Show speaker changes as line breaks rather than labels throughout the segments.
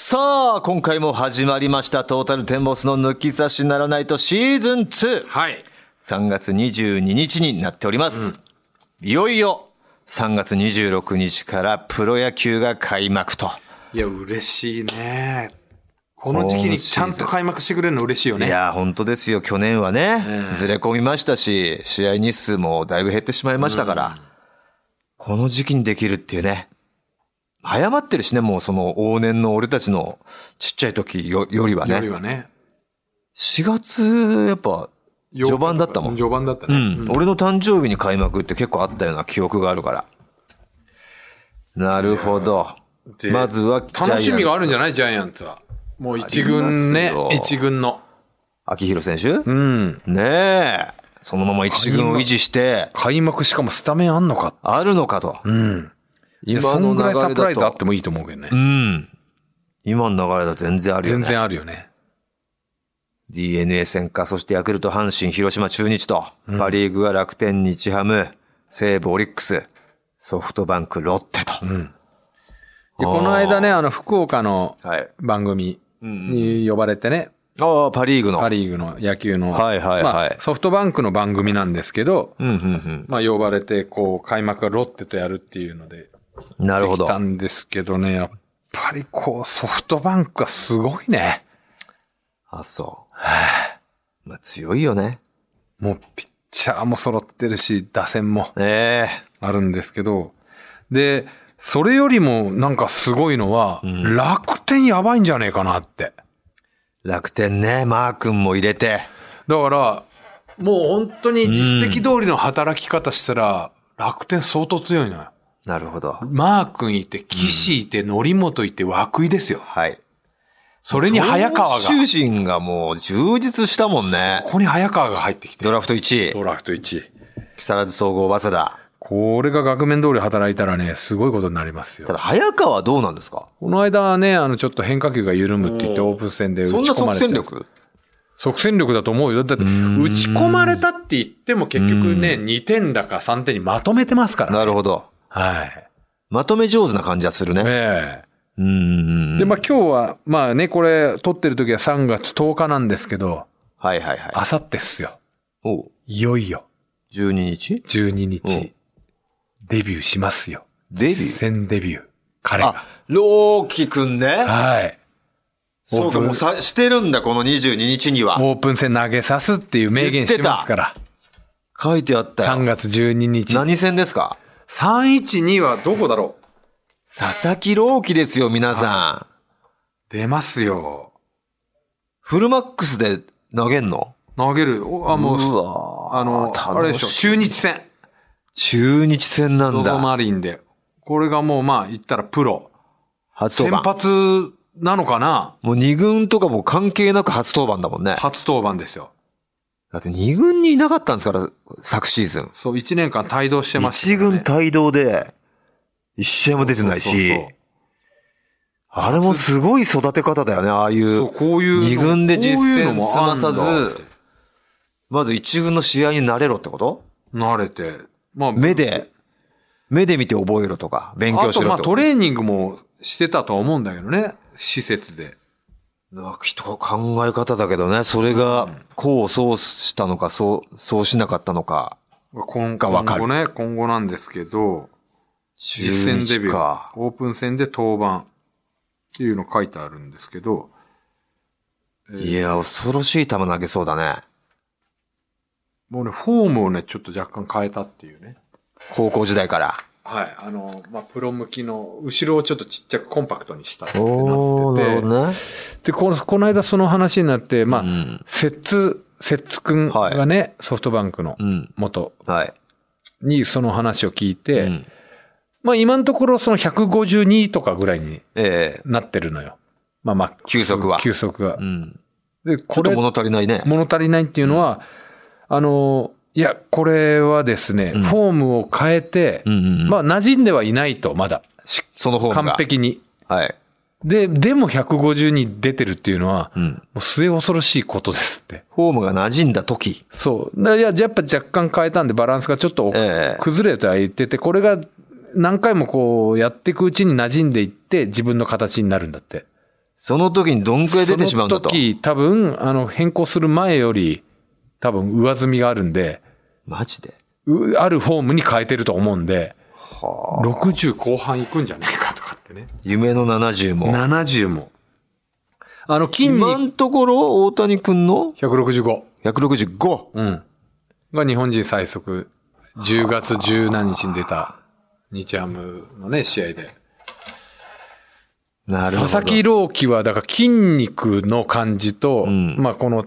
さあ、今回も始まりました。トータルテンボスの抜き差しならないとシーズン 2!3、
はい。
月22日になっております。いよいよ、3月26日からプロ野球が開幕と。
いや、嬉しいね。この時期にちゃんと開幕してくれるの嬉しいよ
い
ね。
やー、本当ですよ。去年はね、ずれ込みましたし、試合日数もだいぶ減ってしまいましたから、この時期にできるっていうね。早まってるしね、もうその往年の俺たちのちっちゃい時よよりは
より
ね。
はね。
4月、やっぱ、序盤だったもん。
序盤だった
う
ね。
ん。俺の誕生日に開幕って結構あったような記憶があるから。なるほど。
で
まずは、
楽しみがあるん
じゃ
じゃないジャイアンツは。もう一
あ
軍
り
ね
ますよ。
一軍の。
秋広選手、
うん。
ねえ。そのまま一軍を維持して、
開幕しかもスタメンあんのか。
あるのかと。
うん。いやそんぐらいサプライズあってもいいと思うけどね
う。ん。今の流れだと全然あるよ
全
ね。
然あるよね。
DNA 戦か、そしてヤクルト、阪神、広島、中日と、パリーグは楽天、日ハム、西武、オリックス、ソフトバンク、ロッテと。
でこの間ね、あの、福岡の
はい。
番組に呼ばれてね、
ああ、パリーグの。
パリーグの野球の、
はいはい
ま
はい
あ、ソフトバンクの番組なんですけど、
うん、うん、
まあ、呼ばれて、こう、開幕がロッテとやるっていうので、
うん。なるほ
でき
ど。
たんですけどね、やっぱりこう、ソフトバンクはすごいね。
あ、そう。まあ、強いよね。
もう、ピッチャーも揃ってるし、打線も
え
あるんですけど、で、それよりもなんかすごいのは、楽天やばいんじゃねえかなって。
え楽天ね、マー君も入れて。
だから、もう本当に実績通りの働き方したら、楽天相当強いのよ。
なるほど。
マー君いて、岸いて、則本いて、涌井ですよ。
はい。
それに早川が。
投手陣がもう充実したもんね。
ここに早川が入ってきて。
ドラフト1位。
ラフト1位。
木更津総合、早稲田。
これが額面通り働いたらね、すごいことになります
た
よ。
だ、早川はどうなんですか
この間はね、あの、ちょっと変化球が緩むって言ってオープン戦で打ち
そんな
込
即
まれて。
戦力
即戦力だと思うよ。だって、打ち込まれたって言っても結局ね、2点だか3点にまとめてますから。
なるほど。
はい。
まとめ上手な感じはするね。
え
うんうんう
え。
ん。
で、まあ今日は、まあね、これ、撮ってる時は3月10日なんですけど、
はいはいはい。
あさってっすよ。
おう
いよいよ、
12日
12
うん
日、デビューしますよ。
デビュー
戦デビュー。彼が
あ。、ローキくんね。
はい。
そうか、
オープン
もうさ、してるんだ、この22日には。
オープン戦投げさすっていう明言してますから。
書いてあった
3
よ。
月12日。
何戦ですか
312はどこだろう
佐々木朗希ですよ、皆さん。
出ますよ。
フルマックスで投げんの
投げる。おあ、
う
もう、
わ
あの、あれでしょ、中日戦。
中日戦な
ド
ん
ド
だ。
マリンで。これがもう、まあ、言ったらプロ。
初
先
登板。
発なのかな
もう2軍とかも関係なく初登板だもんね。
初登板ですよ。
だって2軍にいなかったんですから、昨シーズン。
そう、1年間帯同してました
一
からね、
軍帯同で、一試合も出てないし
そうそう、
あれもすごい育て方だよね、ああい
そうう、。こういうの。
二軍で実
こういうの
戦
も
済
あ
ま
ん
さ
だ
ず、まず一軍の試合に慣れろってこと
慣れて。まあ、
目で、目で見て覚えろとか、勉強
あ
し
と、
ろ
ま
っ
あ、
て
ト
こと。
レーニングもしてたとは思うんだけどね。施設で。
なんか人の考え方だけどね、それが、こうそうしたのか、そう、そうしなかったのか。
今
がわかる
今後ね、今後なんですけど、実
実
戦デビュー、。オープン戦で登板っていうの書いてあるんですけど、
いや、恐ろしい球投げそうだね。
もうね、フォームをね、ちょっと若干変えたっていうね。
高校時代から。
はい。あの、まあ、プロ向きの、後ろをちょっとちっちゃくコンパクトにしたってなってて。
おー、なるほどね。
で、この、この間その話になって、まあ
ん、
セッツ、セッツくんがね、ソフトバンクの
うん。
元
はい。
にその話を聞いて、
うん
まあ今のところその152とかぐらいに
ええ
なってるのよ。まあまあ、
球速は
球速が
う。ん。
で、
ちょ
こ
っと
れ、
物足りないね。
物足りないっていうのは、あの、いや、これはですね、フォームを変えて、
うんうんうん
まあ馴染んではいないと、まだ。し
その方が。
完。璧に。
はい。
で、でも150に出てるっていうのは、
うん。
もう末恐ろしいことですって。
フォームが馴染んだ時。
そう。だいや、やっぱ若干変えたんで、バランスがちょっと
ええ
崩れてはいってて、これが何回もこうやっていくうちに馴染んでいって、自分の形になるんだって。
その時にどんくらい出てしまうんだと
その。時、多分、あの、変更する前より、多分、上積みがあるんで、
マジで。
うあるフォームに変えてると思うんで、
はあ、
60後半いくんじゃねえかとかってね。
夢の70も。
70も。あの、筋
今
肉
のところ、大谷くんの
165。
165。
うん。が日本人最速。10月17日に出た、日ハムのね、試合で。
なるほど。
佐々木朗希は、だから筋肉の感じと、
ん
まあこの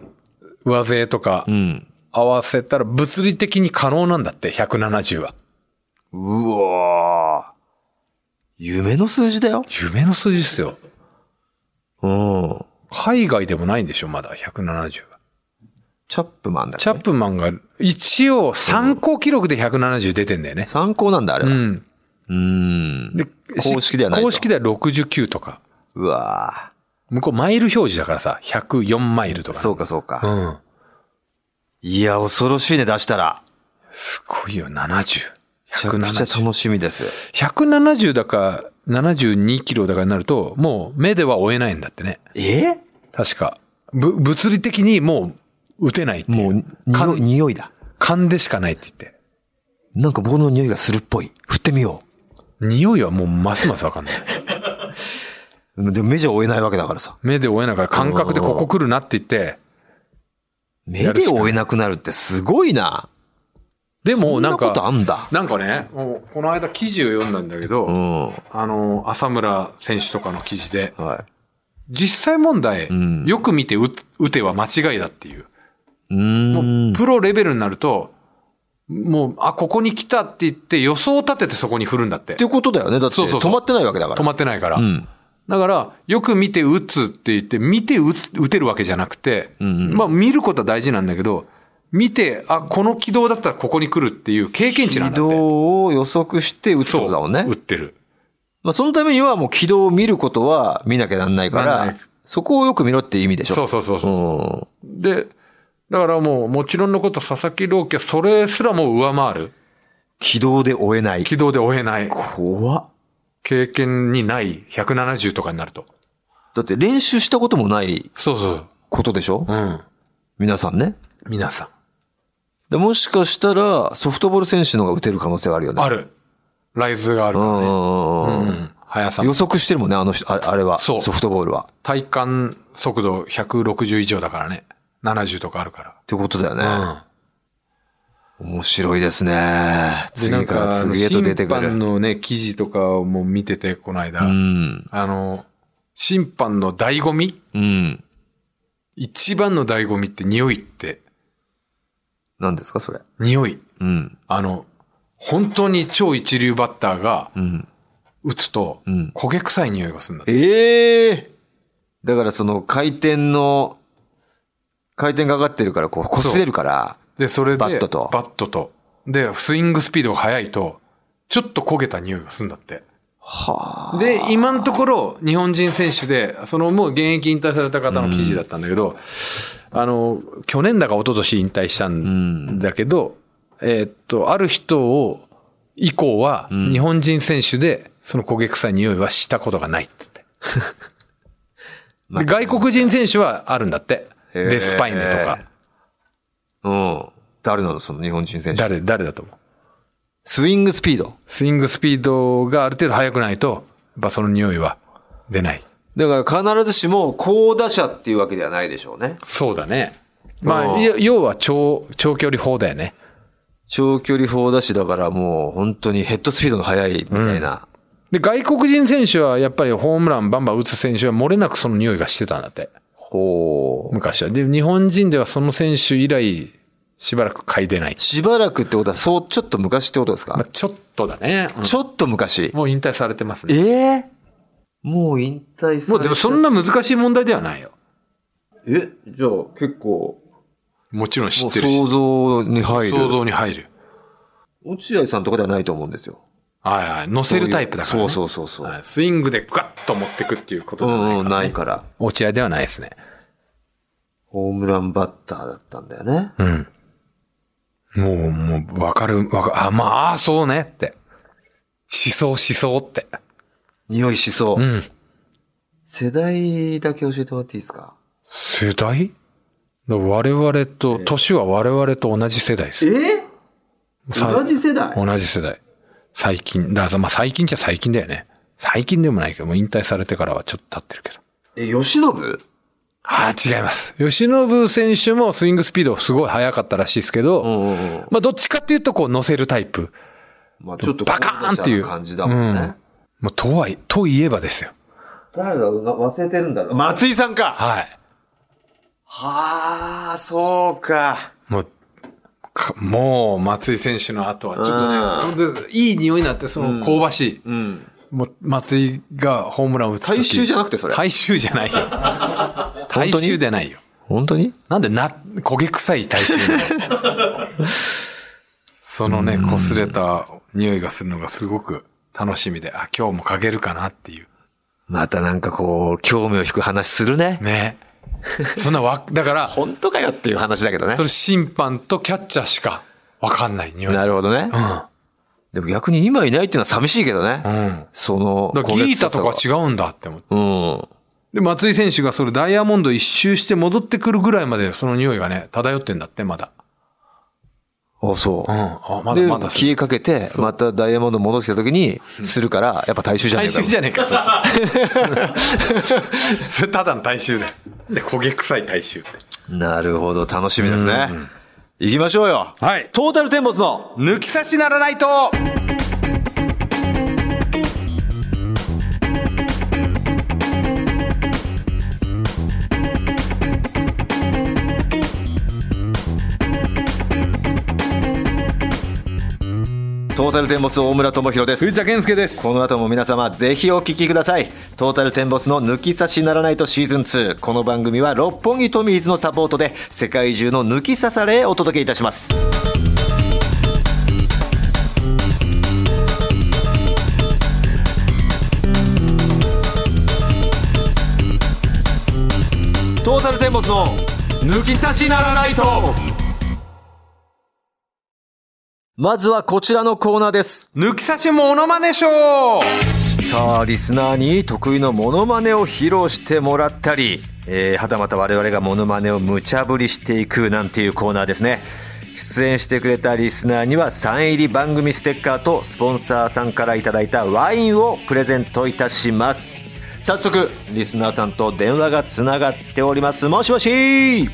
上背とか
うん。
合わせたら物理的に可能なんだって、170は。
うわー夢の数字だよ。
夢の数字ですよ。
うん。
海外でもないんでしょ、まだ170は。
チャップマンだっけ
チャップマンが一応参考記録で170出てんだよね。
参考なんだ、あれ
う。
は。うんーん。
で
公式ではないと
公式では69とか。
うわ
向こうマイル表示だからさ、104マイルと
ー
か。
そうか、そうか。
うん。
いや、恐ろしいね、出したら。
すごいよ、70。
めちゃくちゃ
170。
楽しみです。
170だか、72キロだかになると、もう目では追えないんだってね。
え
確か。ぶ、物理的にもう、打てないっていう。
もう、に
か
おい匂いだ。
勘でしかないって言って。
なんか棒の匂いがするっぽい。振ってみよ
匂いはもうますますわかんない。
う。でも目じゃ追えないわけだからさ。
目で追えないから感覚でここ来るなって言って、
目
る
で
しかない
追えなくなるってすごいな。
でも
そん
な
なんこと
か、
あんだ。
なんかね、もうこの間記事を読んだんだけど、
うん。
あの、浅村選手とかの記事で、
は
実際問題、
ん
よく見て打打ては間違いだっていう。
い。うーん。
プロレベルになると、もう、あ、ここに来たって言って予想を立ててそこに振るんだって。
ってことだよね。だって、
そうそうそ
止
う
まってないわけだから。
止まってないから。
うん。
だから、よく見て打つって言って、見て打打てるわけじゃなくて、
んうん
まあ見ることは大事なんだけど、見て、あ、この軌道だったらここに来るっていう経験値なん
軌
だって。
道を予測して打つってことだもんね
打っ。てる。
まあ、そのためにはもう軌道を見ることは見なきゃなんないか
なん
ら
ない、
そこをよく見ろって意味でしょ。
そうそうそうそう。
うん。
で、だからもう、もちろんのこと、佐々木朗希はそれすらも上回る。
軌道で追えない。
軌道で追えない。
怖っ。
経験にない170とかになると。
だって練習したこともない
そうそう。
ことでしょ
うん。
皆さんね。
皆さ
で、もしかしたらソフトボール選手の方が打てる可能性はあるよ
ん。
ね。
ある。ライズがある
う
か
んう
ら
ん
ね。
うんうん。
うん。速さ
予。測してるもんね、あの人、ああれは。
そ
ソ
う
フトボールは。っ
体感速度160以上だからね。70とかあるか
てことだよ
ら。
ね。
ん。
面白いですね。次から次へと出てく
審判
る。
のね、記事とかをもう見てて、この間。
うん。
あの、審判の醍醐味
うん。
一番の醍醐味って匂いって、
何ですか、それ。
匂い。
うん。
あの、本当に超一流バッターが
うん。
打つと
ん、
焦げ臭い匂いがするんだって。
ええだからその回転の、回転がかかってるから、こう、擦れるから、
で、それで、
バットと
バットとで、スイングスピードが速いと、ちょっと焦げた匂いがするんだって。
はあ。
で、今のところ、日本人選手で、そのもう現役引退された方の記事だったんだけど、あの、去年だか一昨年引退したんだけど、えーっと、ある人を、以降は、日本人選手で、その焦げ臭い匂いはしたことがないって 言って。で外国人選手はあるんだって。
へー
デスパイネとか。
うん。誰なの、その日本人選手。
誰、誰だと思う。
スイングスピード。
スイングスピードがある程度速くないと、やっぱその匂いは出ない。
だから必ずしも、高打者っていうわけではないでしょうね。
そうだね。まあ、
うん
いや要は長、長距離砲だよね。
長距離砲打しだからもう、本当にヘッドスピードの速いみたいな。
で、外国人選手はやっぱりホームランバンバン打つ選手は漏れなくその匂いがしてたんだって。
ほう。
昔は。で、日本人ではその選手以来、しばらく嗅いでない。
しばらくってことは、そう、ちょっと昔ってことですか、
まあ、ちょっとだね。うん
ちょっと昔。
もう引退されてますね。
ええもう引退す
も
る。
うでもそんな難しい問題ではないよ。
えじゃあ結構、
もちろん知
もう
ってるし。
想像に入る。
想像に入る。
落合さんとかではないと思うんですよ。
はいはい。乗せるタイプだから、ね。
そうそうそうそう
はいスイングでガッと持ってくっていうこと
う
じゃ
んうん、
ないから
な
ね
いから。
落合ではないですね。
ホームランバッターだったんだよね。
うん。もう、もう、わかる、わかあ、まあ、ああ、そうねって。思想、思想って。
匂いしそう。
うん。
世代だけ教えてもらっていいですか
世代だ我々と、年は我々と同じ世代です。
え
さ
同じ世代
同じ世代。最近、だからまあ最近じゃ最近だよね。最近でもないけど、もう引退されてからはちょっと経ってるけど。
え、吉信
ああ、違います。吉信選手もスイングスピードすごい速かったらしいですけど、
んうんうん
まあどっちかっていうとこう乗せるタイプ。
まあちょっと
バカーンっていう。
感じだもん
うん
ね。
もうとはい、といえばですよ。
誰だろうな忘れてるんだろう。松井さんか
はい。
はあ、そうか。
もう、かもう松井選手の後はちょっとね、本当にいい匂いになって、その香ばしい。
うん。
もう松井がホームラン打つ時。
大衆じゃなくてそれ
大衆じゃ ないよ。大衆じゃないよ。
本当に
なんでな、焦げ臭い大衆なの そのね、擦れた匂いがするのがすごく楽しみで、あ、今日もかけるかなっていう。
またなんかこう、興味を引く話するね。
ね。そんなわ、だから、
本当かよっていう話だけどね
そ。れ審判とキャッチャーしかわかんない匂い。
なるほどね。でも逆に今いないっていうのは寂しいけどね。
うん。
その、
だからギータとか
焦
違うんだって思っ
げ
て。
臭さが
で、松井選手がそれダイヤモンド一周して戻ってくるぐらいまでその匂いがね、漂ってんだって、まだ。
うん。あ、そ
うん。
う。
あ、まだ
で、
まだする
消えかけて、またダイヤモンド戻した時に、するから、やっぱ大衆じゃな
大
いか
衆
ら。
じゃねえか、それ。 それただの大衆だよ。で、焦げ臭い大衆って。
なるほど、楽しみですね。行きましょうよ。
はい
トータルテンボスの、
抜き差しならないと
トータルテンボス大村智弘です。
藤田健介です。
この後も皆様ぜひお聞きください。トータルテンボスの抜き差しならないとシーズン2。この番組は六本木トミーズのサポートで世界中の抜き差されへお届けいたします。トータルテンボスの抜き差しならないとまずはこちらのコーナーです。
抜き差しモノマネショー
さあリスナーに得意のモノマネを披露してもらったり、えーはたまた我々がモノマネを無茶ぶりしていくなんていうコーナーですね出演してくれたリスナーにはサイン入り番組ステッカーとスポンサーさんからいただいたワインをプレゼントいたします早速リスナーさんと電話がつながっておりますもしもし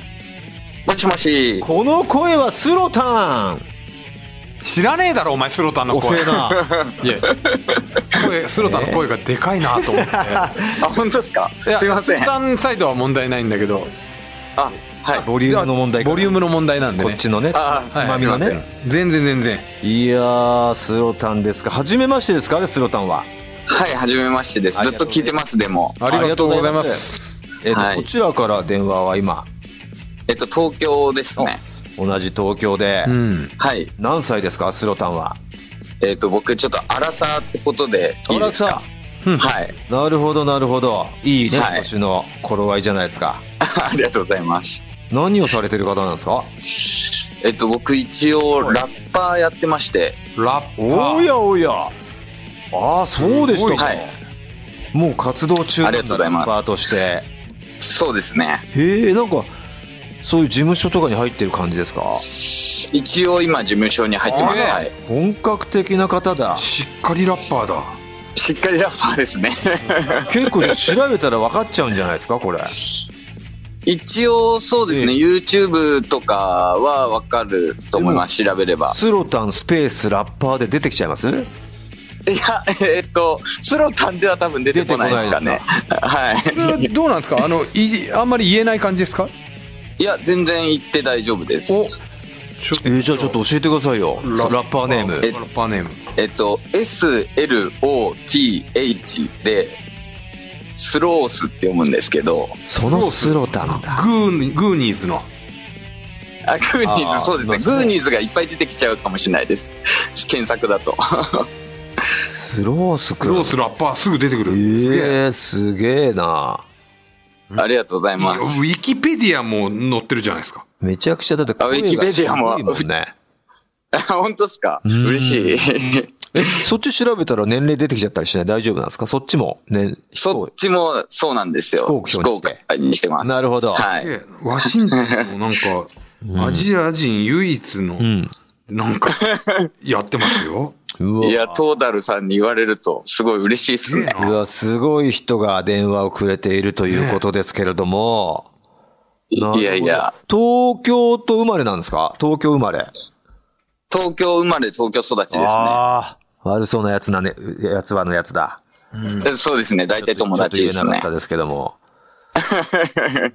もしもし。
この声はスロタン
知らねえだろ、お前、スロタンの
遅
声。
えな
いや、声、スロタンの声がでかいなと 思って。
あ、本当ですか。
いや
すいません。
スロタ
あ、
ンサイドは問題ないんだけど、
はい。
ボリュームの問題か
ボリュームの問題なんで
こ
ね。
っちのね
あ
つまみのね
全然全然。
いやースロタンですか初めましてですかねスロタンは
はい、はじめましてです。ずっと聞いてます。でも、
ありがとうございます。
えっと
はい
こちらから電話は今
えっと、東京ですね。
同じ東京で、
うん。
はい。
何歳ですかスロタンは
えっと、僕ちょっとアラサーってことでいいですか。はい。
なるほどなるほどいいね、
はい
今年の頃合いじゃないですか
ありがとうございます。
何をされてる方なんですか
えっと、僕一応ラッパーやってまして。
ラッパー。
おやおやああそうでしたか、
はい。
もう活動中なんだ
ありがとうございます
ラッパーとして
そうですね。
へえんかそういう事務所とかに入ってる感じですか
一応今事務所に入ってます。
あれ
はい。
本格的な方だ
しっかりラッパーだ。
しっかりラッパーですね。
結構じゃあ調べたら分かっちゃうんじゃないですかこれ
一応そうですね。
え
YouTube とかはわかると思います。調べれば。
スロタンスペースラッパーで出てきちゃいます
いや、えっと、スロタンでは多分出てこないですかね。はい。
どうなんですかあの、いあんまり言えない感じですか
いや、全然言って大丈夫です。
え
お
ー、じゃあちょっと教えてくださいよラッパーネーム
ラッパーネーム。
えっと、SLOTH で、スロースって読むんですけど、
そのスロタンだ
グーニグーニーズの。
あ、グーニー
あー
ズ、そうです
そう
ね。グ
ですね
ーニーズがいっぱい出てきちゃうかもしれないです。検索だと。
スロース
ク
くん
ロースラッパーすぐ出てくる。すげえ
えー、すげえな
ありがとうござい
いや
ま
ウ
す。
ィキペディアも載ってるじゃないですか。
めちゃくちゃだって声
あウィキペ
がす
ディアも
ごいもんね
本当っすか嬉しい。
え、そっち調べたら年齢出てきちゃったりしない大丈夫なんですかそっちも、ね、
そっちもそうなんですよ。
飛行機
非公開にしてます。
なるほど
はい。
でワシントンのなんか、アジア人唯一の、なんか、やってますよ。
うわ
いや、トーダルさんに言われると、すごい嬉しいですね。
うわ、すごい人が電話をくれているということですけれども。
い
なるほど
いやいや、。
東京と生まれなんですか東京生まれ。
東京生まれ東京育ちで
ああ。悪そうなやつなね、やつはのやつだ。
すね。そうですね、大体友達で
ちょっ
す
と言えな
ね
かっ。たですけども。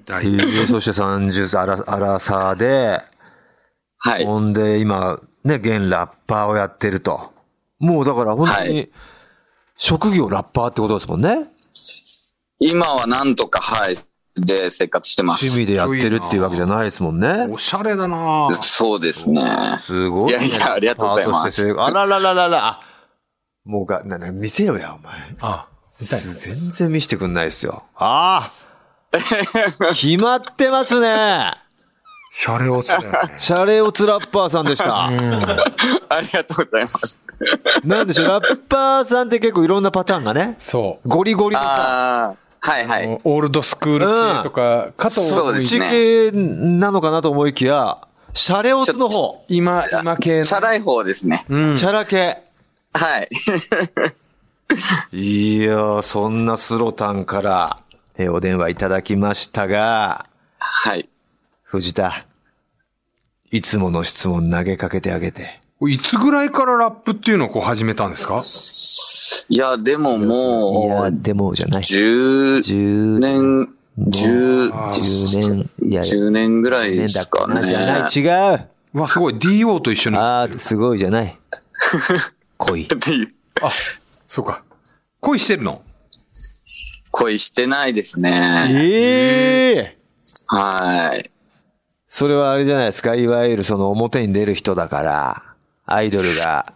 だ
え
い
ーそして30歳、アラアラサーで、
はい。
ほんで今、ね、現ラッパーをやってると。もうだから本当
は
に、職業ラッパーってことですもんね。
今はなんとか、はい、で生活してます。
趣味でやってるっていうわけじゃないですもんね。
おしゃれだなぁ
そうです ね。
すごい、ね。
いやいやありがとうございます
パートして成功あららららら。あもうが、な、な、見せろや、お前。
あ、
全然見せてくんないですよ。あ あ決まってますね
シャレオツだよね。
シャレオツラッパーさんで した。
ありがとうございます。
なんでしょう、ラッパーさんって結構いろんなパターンがね、
そう。
ゴリゴリのさ、
ああ、はいはい。
オールドスクール系とか、かと
そうです
地形なのかなと思いきや、シャレオツの方、
今、今系の
チャラい方ですね。
チャラ系。
はい。
いやー、そんなスロタンから、えーお電話いただきましたが、
はい。
藤田、いつもの質問投げかけてあげて。
いつぐらいからラップっていうのをこう始めたんですか
いや、でも
い
も
や、
う、
でもじゃない。
10
10年、
年、10
10年、いや、
10年ぐらいで
年だ
す
っか
か
な、
ね。
じゃない、違う。
うわ、すごい。DO と一緒に。
あー、すごいじゃ ない。恋。
っていう
そうか。恋してるの
恋してないですね。
ええ
はい。
それはあれじゃないですか。いわゆるその表に出る人だから、アイドルが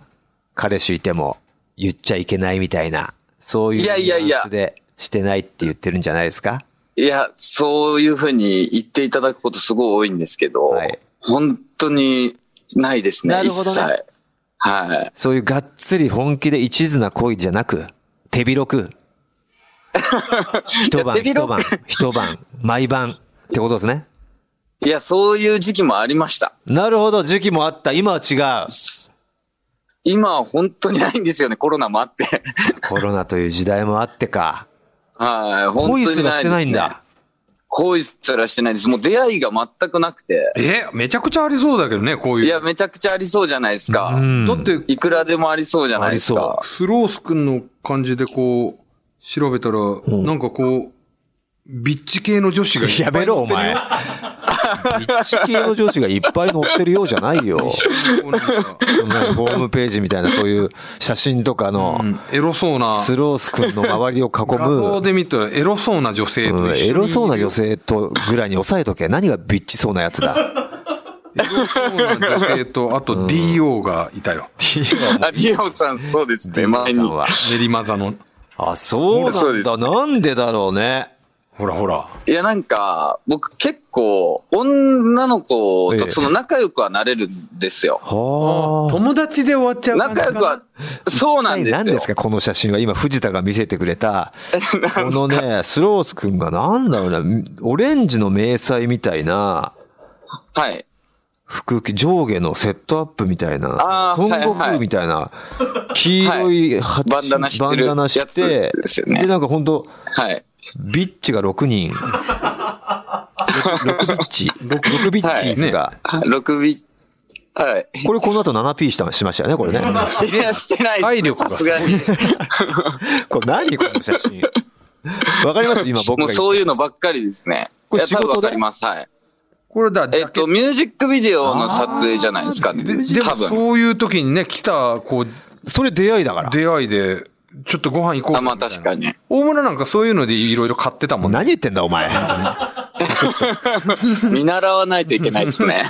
彼氏いても言っちゃいけないみたいな、そういう
いやいやいや
ニュアンスでしてないって言ってるんじゃないですか。
いや、そういうふうに言っていただくことすごい多いんですけど、
はい
本当にないですね、
なるほどね
一切。はい。
そういうがっつり本気で一途な恋じゃなく、手広 く。一晩、
手
一
広
晩
く、
一晩、毎晩ってことですね。
いや、そういう時期もありました。
なるほど、時期もあった。今は違う。
今は本当にないんですよね、コロナもあって。
コロナという時代もあってか。
はい、本当
恋
にないですす、ね。
らしてないんだ。。
恋すらしてないです。もう出会いが全くなくて。
えめちゃくちゃありそうだけどね、こういう。
いや、めちゃくちゃありそうじゃないですか。
だって、
いくらでもありそうじゃないです
あ
か。
スロース君の感じでこう、調べたら、なんかこう、ビッチ系の女子がいっぱい
やめろ、お前。一系の女子がいっぱい載ってるようじゃないよ。
こうなんか
そんなホームページみたいな、そういう写真とかの
う、んエロそうな、
スロース君の周りを囲
画像
む、
で見たらエロそうな女性
うん
と一緒に、
エロそうな女性とぐらいに抑えとけ。何がビッチそうなやつだ。
エロそうな女性と、あと DO がいたよ。
あ、 リオさん、そうですね、前
さ
に
ん。は
練馬座の。
あ、そう
そ
な
う
ん
で
だ。
す
なんでだろうね。
ほらほら。
いや、なんか、僕結構、女の子
ええ
とその仲良くはなれるんですよ。
はあ。
友達で終わっちゃう感じ
仲
か
良
な
くは、そうなんですよ。
何ですかこの写真は今藤田が見せてくれ た、このね、スロース君がなんだろうな、オレンジの迷彩みたいな、
はい。
服着、上下のセットアップみたいな、
あー
孫悟
はいは
空
い
みたい な、黄色いは
バンダナしてる
バンダナして
やつですよね
で、なんかほんと、
はい。
ビッチが6人。6ビッ チ。6ビッチーズが。
6ビはい。
これこの後 7P したしましたよね、これね。
いや、してない
体
です。
力が
さすがに。
これ何この写真。わかります今僕が
も
言
う
っ
そういうのばっかりですね。
これ
いや、多
仕
分
事
わ
で
かります。はい。
これだ、
えっ
ジャケッ
と、ミュージックビデオの撮影じゃないですかね。
トででも
多分。
そういう時にね、来た、こう、
それ出会いだから。
出会いで、ちょっとご飯行こう
あ、まあ確かに。
大村なんかそういうのでいろいろ買ってたもんね。
何言ってんだ、お 前。
見習わないといけないですね。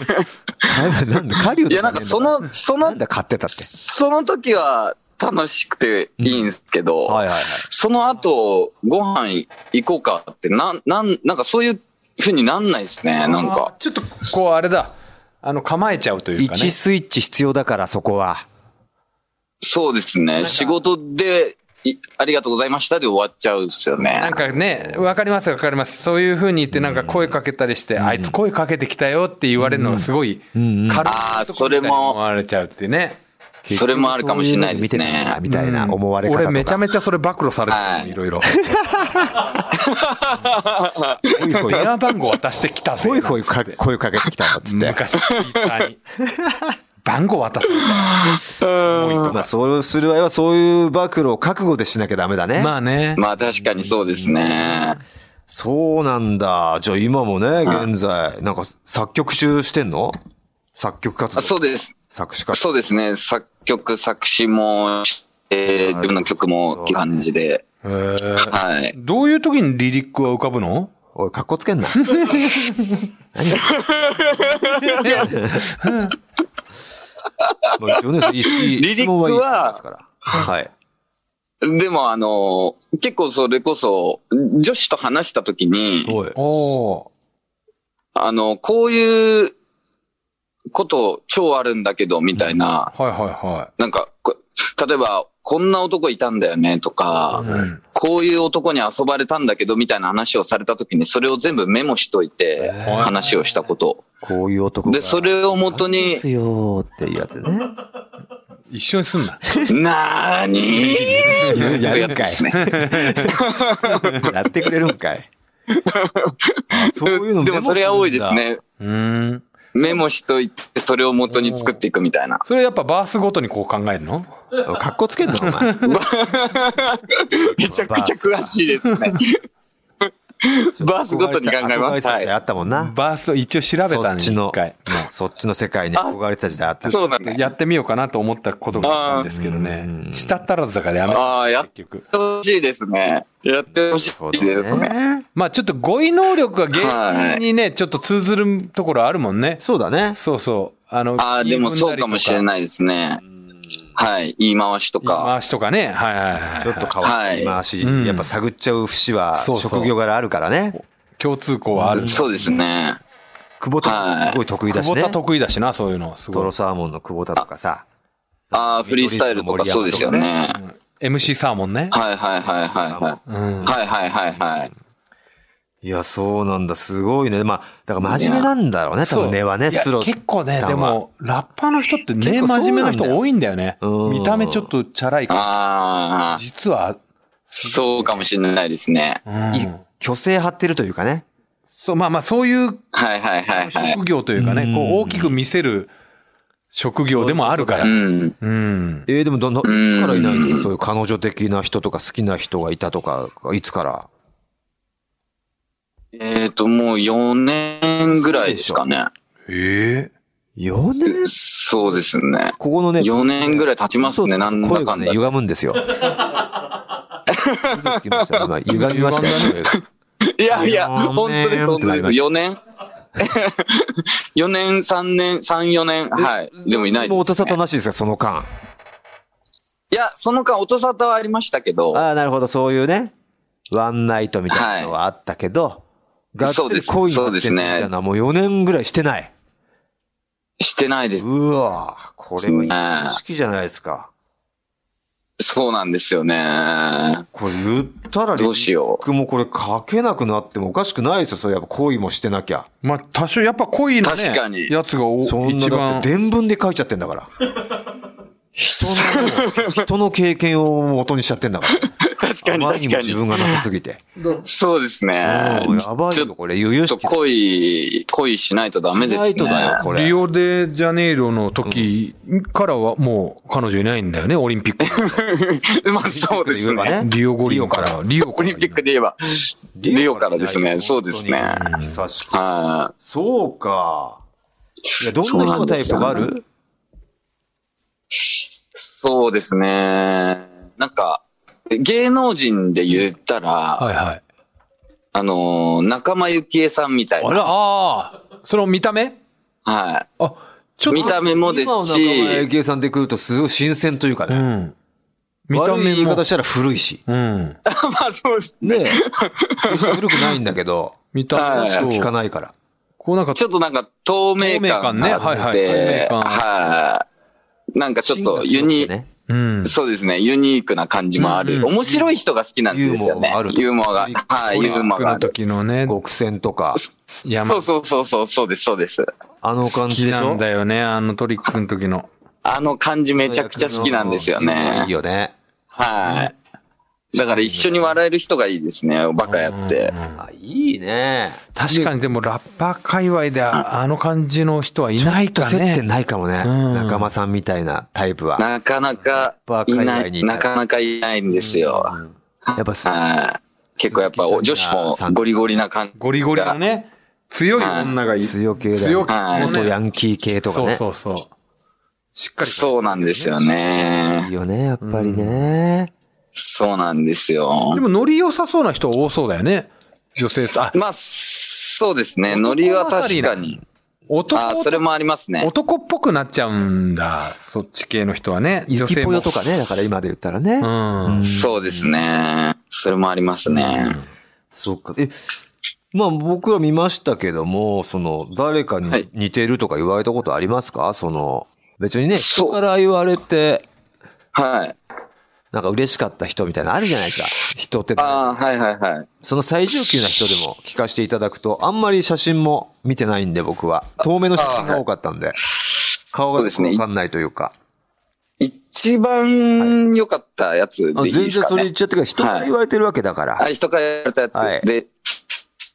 なんだ、カリウ
いや、なんかそ、の、そ
な
の
ん、だ買ってたって。
その時は楽しくていいんですけど、
んはいはいはい
その後、ご飯行こうかって、なん、なん、なんかそういうふうになんないですね、なんか。
ちょっと、こうあれだ、あの、構えちゃうというかね。
1スイッチ必要だから、そこは。
そうですね。仕事で、いありがとうございましたで終わっちゃうですよ
な
ね
ん。かね、わかりますわかります。そういうふうに言ってなんか声かけたりして、あいつ声かけてきたよって言われるのがすごい軽いとこ
ああ、それ
みたいに思
も、
われちゃうってね。
それもあるかもしれないで
そ
す
ううの見てた
ね
な。みたいな思われ方とか。
俺めちゃめちゃそれ暴露されて
は
た
い
いろいろ。電話番号渡してきたぜ。
ほいほいか声かけてきたのっつって。
昔聞いた に。番号渡すみたい
まあ、そうする場合はそういう暴露を覚悟でしなきゃダメだね。
な。まあね。
まあ確かにそうですね。
そうなんだ。じゃあ今もね、現在、なんか作曲中してんの作曲活動。
あそうです。
作詞活動。
そうですね。作曲、作詞も、えー、自分の曲もって感じで。はい。
どういう時にリリックは浮かぶ の
おい、かっこつけ んな。まあ、一応ね、いい
リリッ
質
ク
問
はい
いですから。はい。
でもあの、結構それこそ、女子と話したときに、
い。
お
あの、こういうこと超あるんだけど、みたいな、
はいはいは
なんか、こ例えば、こんな男いたんだよね、とか、こういう男に遊ばれたんだけど、みたいな話をされたときに、それを全部メモしといて、話をしたこと。
こういう男が。
で、それを元に、
ですよーっていうやつね。
い。一緒にすんな。
なーにー
やるんかい
ってやつですね。
やってくれるんか い。あそういうの
でもそれは多いです
メ
ね。
うん。
メモしといて、それを元に作っていくみたいな。
それやっぱバースごとにこう考える の
モするんだ。かっこつけんな、お前。
めちゃくちゃ詳しいですね。バースごとに考え
憧
ま
れて
す。
た
は
時代
い。
あったもんな。
バースを一応調べ
そ
た
っ
ん
ちの
一回。、
そっちの世界に憧れてた時代あった。
そうなんだ。
やってみようかなと思ったことがあったんですけどね。したったらずだからやめ
ああ、やって
結局。
ほしいですね。やってほし
そう
いで
だ
すね。
ね。
まあちょっと語彙能力が芸人にね、ちょっと通ずるところあるもんね。
そうだね。
そうそう。あの、
ああ、でもそうかもしれ
い。
ないですね。はい。言い回しとか。
回しとかね。はいはいはい。
ちょっと変わって回し、やっぱ探っちゃう節は
そうそう
職業柄あるからね。
共通項はある。
そうですね。
久保田すごい得意だ
久
し
保
ね
田。得意だしな、そういうの。す
ト
ご
ロ
い。
サーモンの久保田とかさ。
ああ、フリースタイルとかそうですよね。
MC サーモンね。
はいはいはいはいはい。はいはいはいはい。
いや、そうなんだ。すごいね。まあ、だから真面目なんだろうね。多
そう
分根はね、
いや
スロ
結構ね、
さん
で
は
も、ラッパーの人ってね、
結構そうなんだ
真
よ
面目な人多いんだよね。
うん
見た目ちょっとチャラいから。
ああ、
実は、
そうかもしれないですね。はい
い虚勢張ってるというかね。
そう、まあまあ、そういう
はいはいはい
職。業というかね、こう大きく見せる職業でもあるから
う。ん。
うん。
えー、でもどんな、いつからいないんですかそういう彼女的な人とか好きな人がいたとか、いつから。
えっ、と、もう4年ぐらいですかね。
ええ。
4年
そうですね。
ここのね、
4年ぐらい経ちますね、なんだ
声
か
が
ん
ね、
だ。
歪むんです よ。嘘つきましたね今歪みましたね。
いやいや、本当で
四
す、
年
本当です。4年 ?4 年、3年、3、4年。はい。でもいない
もう
で
音
す、
沙
ね
汰。なしですか、その間。
いや、その間、音沙汰はありましたけど、
ああ、なるほど、そういうね、ワンナイトみたいなのはあったけど、がっつ
そうで
り
す
恋になってるみたいな、もう4年ぐらいしてない。
してないです。
うわぁ、これはいい
ね
好きじゃないですか。
そうなんですよね。
これ言ったら、
どうしよう
僕もこれ書けなくなってもおかしくないですよ、そういえば恋もしてなきゃ。
まあ、多少やっぱ濃いなね
確かに
やつがお
そんな
一
だ
番
っ。て伝文で書いちゃってんだ から。人の、人の経験を元にしちゃってんだから。
確かに
あまり
確
にも
か
自
に。
分がなさすぎて。
そうですね
もう。やばい
ち
よ、
ょ
これ。余裕
ちょ
し
ってと恋、恋しないとダメです
ない
ね。
とだよ、これ
リ。オデジャネイロの時からはもう彼女いないんだよね、オリンピック。
まあそうです
言えばね
ね。
リオ五輪からは。リオ
オリンピックで言えば、リオからですね。そうですね。
本当に久しく。
は
そうか。いや、どんな人のタイプがあ
そうなん
る
い。そうですね。なんか、芸能人で言ったら、
はいはい。
あのー、仲間由紀恵さんみたいな。
らああ、その見た目
は
あ、ち
い。
ょっ
見
と、
た目もです
今の仲間由
し、
紀恵さんで来るとすごい新鮮というか
う
ね。
ん。
見
見た
た目
目
言い
も
方、したら古いし。
うん。
まあそうです。
ねえ。決して 古くないんだけど、
見た目
はい
そう
聞かないから。
こうなんか、
ちょっとなんか透明
透明
感があって、
感ねはいはい透明感
はいなんかちょっとユニ、
ね。
うん。
そうですね。ユニークな感じもある。面白い人が好きなんですよね。
ユ
ユ
ー
ー
モア
モア
があ
が
る。
はい、ユーモア
僕
があ
の
る。
時のね、
極戦とか、
山
そうそうそうそう、そうです、そうです。
あの
好
感じ
き
でし
な
ょ
んだよね、あのトリックの時の。
あの感じめちゃくちゃ好きなんですよね
いい。よね。
はい。だから一緒に笑える人がいいですね、バカやって。
あ、いいね。
確かにでもラッパー界隈でああの感じの人はいないか
接点
ね。
ないかもね。
ん
仲間さんみたいなタイプは。
なかなかい
バカ以
な
外
い、
に
なかなかいないんですよ。
やっぱそう
はい。結構やっぱお女子もゴリゴリな感じ。
ゴリゴリのね、強い女がいる。
強系だよね
強気
はい
の
元
ね。
ヤンキー系とか
そう
ね。
そうそう。しっかりと。
そうなんですよ
い
ね。
いよね、やっぱりね。
そうなんですよ
で。もノリ良さそうな人多そうだよね。女性と。あ、
まあ、そうですね。ノリは確かに。
男
あ、それもありますね。
男っぽくなっちゃうんだ。そっち系の人はね。
ゆ
女
き
性
ぽよ
も。
とかね、だから今で言ったらね。
うん。
そうですね。それもありますね。
そうか。え、まあ僕は見ましたけども、その、誰かに
はい
似てるとか言われたことありますかその、別にね、
そう
人から言われて、
はい。
なんか嬉しかった人みたいなのあるじゃないですか。人って、
ああ、はいはいはい。
その最上級な人でも聞かせていただくと、あんまり写真も見てないんで僕は。遠目の写真が多かったんで、顔が
そう
わ
ですね
かんないというか。
一番良かったやつ
あ
でいい
全
で
然
すか
それ言っ
ね。
ちゃってから人から言われてるわけだから。
はい、人からやられたやつ。
はい
で、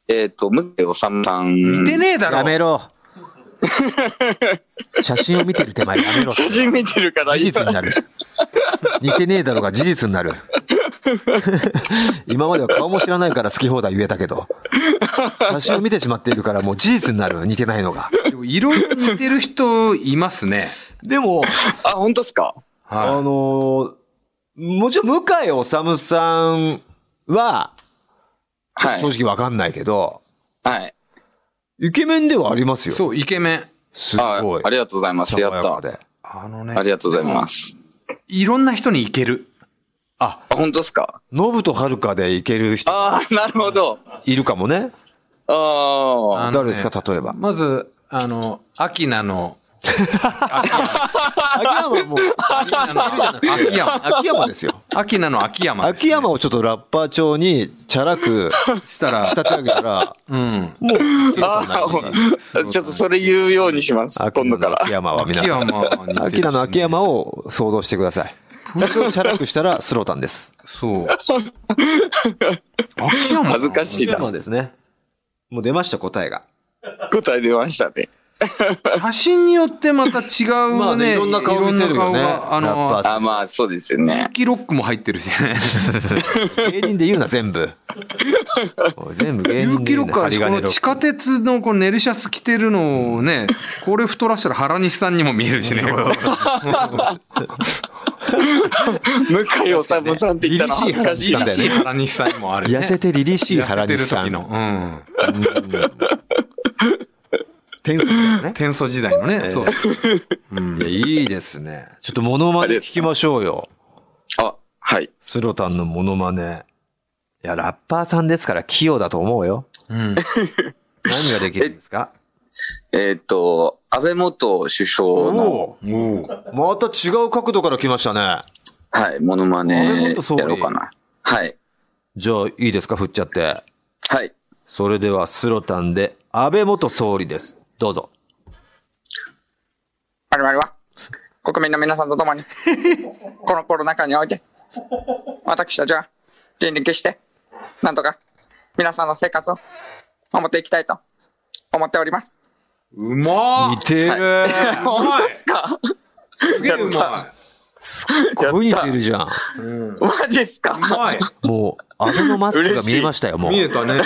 えっ、と、向井治さん。
似てねえだろ。
やめろ。写真を見てる手前やめろ。
写真見てるから、
事実
今
になる。似てねえだろうが事実になる。今までは顔も知らないから好き放題言えたけど、写真を見てしまっているからもう事実になる、似てないのが。
でもいろいろ似てる人いますね。
でも、
あ、本当ですか
あのーもちろん向井治さんは
はい
正。直わかんないけど、
はい。
イケメンではありますよ。
そう、イケメン。
す
あ
ごい。
ありがとうございます。やった。
で。
あのね
あ、りがとうございます。
いろんな人にいける。
あ、本当ですか
ノブとはるかでいける人
ああ、なるほど。
いるかもね。
ああ。
誰ですか、例えば。
まず、あの、アキ ナの、
秋山はもう、
アキナの秋山。
秋山ですよ。
アキナの秋山です
秋山をちょっとラッパー調にチャラ く
したら、
仕立て上げたら、
うん。
もう、
ああほんちょっとそれ言うようにします。今度から
秋。山は皆
秋
さん。
山に似てるしね
秋山の秋山を想像してください。それをチャラくしたらスロタンです。
そう。秋山
恥ずかしいな。
ですね。もう出ました、答えが。
答え出ましたね。
写真によってまた違うね。
まあねいろんな顔見せるよね
いろんな顔が
ラッパー
あの、
って
あまあ、そうですよね
ア。キロックも入ってるし ね。
芸人で言うな、全部。全部芸
有
人で
機
言うな。
ロックは
針
こ
金
の
ロ
地
ッ
下鉄のこのネルシャツ着てるのをね、これ太らしたら原西さんにも見えるしね。
向井治さんって言ったら恥ずかしい
凛
な
々。しい
いい原西さんにもあ
ク
るね。
痩せて凛々しい原
痩せて
西
る
さ
時
ん。
の。うん。
天才だよね。
天祖時代のね。そうそう。
いや、いいですね。ちょっとモノマネ聞きましょうよ。
あ、はい。
スロタンのモノマネ。いや、ラッパーさんですから器用だと思うよ。
う
何
ん。
ができるんですか
えーっと、安倍元首相の、
おおまた違う角度から来ましたね。
はい、モノマ
安倍
ネや
元総理
ろうかな。はい。
じゃあ、いいですか振っちゃって。
はい。
それでは、スロタンで、安倍元総理です。どうぞ。
我々は、国民の皆さんと共に、 このコロナ禍において、私たちは尽力して、なんとか、皆さんの生活を守っていきたいと思っております。
うまー
似てる。
うまいす
か
げえうま
声似てるじゃん。
マジっすか
い。うまい。
もう、安倍のマスクが見えましたよ、もう
見。えたね。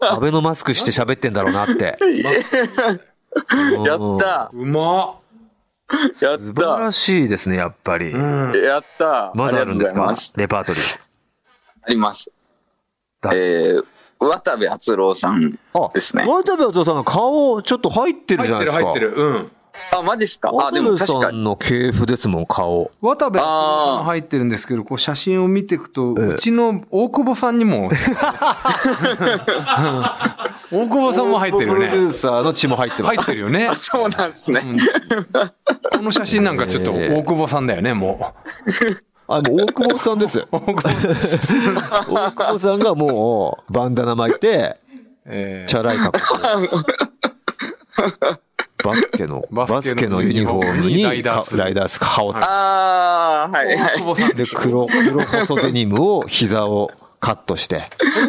安倍のマスクして喋ってんだろうなって。
やった
うま
やっ
素晴らしいですね、やっぱり。
たやった
まだあるんですかレパートリー。
あります。
だ
えー、渡部篤郎さん
あ、
ですね。
渡部敦夫さんの顔、ちょっと入ってるじゃ
入っ
ない
て
です
る
か。
入ってる。うん。
あ、マジっすかあ、
渡
でも
部
確
さ
かに。
んの系譜ですもん、顔。
渡部
あー
さん入ってるんですけど、こう写真を見ていくと、うちの大久保さんにも、大久保さんも入ってるよ
プロデュ
ね。
ーサーの血も入ってま
入
す。
ってるよね
あ、。そうなんですね。
この写真なんかちょっと大久保さんだよね、も
あ、もう大久保さんです よ。
う。大久保。
大久保さんがもう、バンダナ巻いて、
えー
チャラい格 好。バスケの、
バ
バ
スケの
スケのユニフォームに、
ライダース
かライダース羽織っ
ああ、はいはい。
大久保さん。
て、で、黒、黒細デニムを、膝をカットして。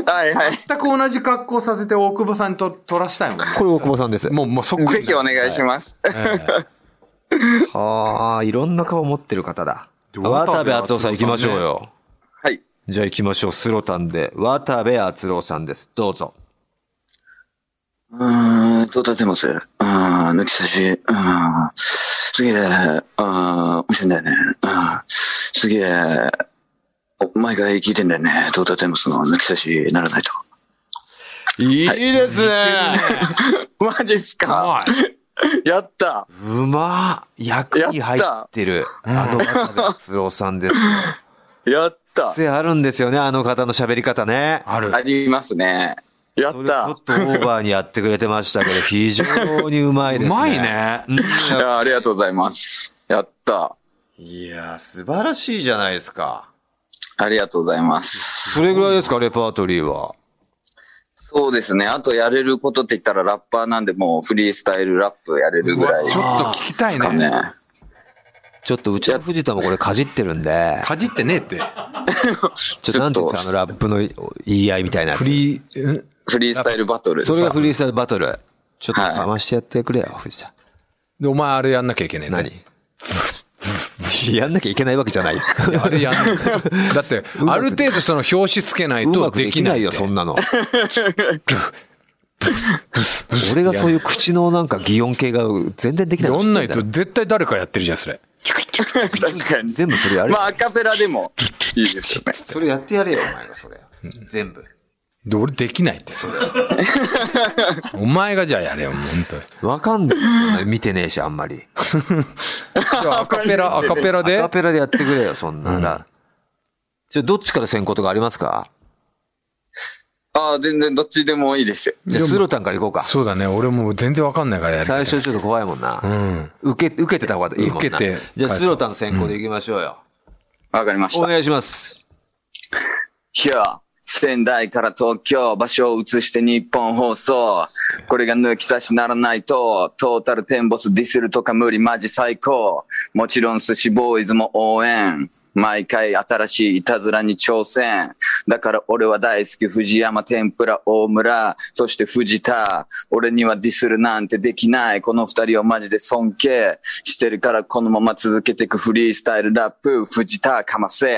はいはい。
全く同じ格好させて大久保さんにと撮らしたいもんね。
これ大久保さんです。
もう、もうそっくり。
ぜひお願いします。
ああ、いろんな顔持ってる方だ。
で渡
渡
部
部篤
篤郎
郎
さ
さ
ん
ん
ね
行きましょうよ。
はい。
じゃあ行きましょう。スロタンで、渡部篤郎さんです。どうぞ。
うーん、と立てます。うーん、抜き差し。うーん、すげえ、うーん、面白いんだよね。うーん、すげえ、お毎回聞いてんだよね。と立てますの抜き差しならないと。
いいですね。
マジっすかやった
うまっ役に入ってる、あの渡部篤郎さんですよ。
やった
癖あるんですよね、あの方の喋り方ね。
ある
あ。りますね。や
そ
っ
れちょ
た
っとオーバーにやってくれてましたけど、非常にうまいで
う
すね。
まい。ね。
うん、い
い
や
やありがとうございます。やった。
いや、素晴らしいじゃないですか。
ありがとうございます。
それぐらいですか、レパートリーは。
そうですね。あとやれることって言ったらラッパーなんでもうフリースタイルラップやれるぐらいで
ち
す
ょっと聞きたい
か
ね。
ね。
ちょっとうちの藤田もこれかじってるんで、
かじってねえって。
ちょっとなんていうんですか、あのラップの言い合いみたいなや
フ
つ。
リー、ん
フリースタイルバトルです
そ
か
れがフリースタイルバトル。ちょっと
はい
かましてやってくれよ、藤田。
で、お前あれやんなきゃいけねえね。
何やんなきゃいけないわけじゃない。
あれやんなきゃいけない。だって、ある程度その表紙つけないうと
まく
で
で
き
き
な
ないい
よ、
よ、
そ
そ
ん
んなの。俺がそういう口のなんか擬音系が全然できないの
や
知って
ん
ん
な
だよ
いと絶対誰かやってるじゃん、それ。
確かに。
全部それやれよ
まあアカペラでもいいですよね。
それやってやれよ、お前がそれ。全部。
で、俺できないって、それ。お前がじゃあやれよ、もう本当に。
わかんない。見てねえし、あんまり。
じゃあアカペラ、アカペラで
アカペラでやってくれよ、そんなら。じゃあ、どっちから先行とかありますか
ああ、全然どっちでもいいですよ。
じゃあ、スロタンから行こうか。
そうだね、俺もう全然わかんないからやる。
最初ちょっと怖いもんな。
うん。
受け、受けてた方がいいもんな。
受けて
じゃあ、スロタン先行で行きましょうよ。
わかりまし
お
た。
願いします。
今日、仙台から東京、場所を移して日本放送。これが抜き差しならないと、トータルテンボスディスるとか無理マジ最高。もちろん寿司ボーイズも応援。毎回新しいいたずらに挑戦。だから俺は大好き藤山天ぷら大村、そして藤田。俺にはディスるなんてできない。この二人をマジで尊敬してるからこのまま続けていくフリースタイルラップ、藤田かませ。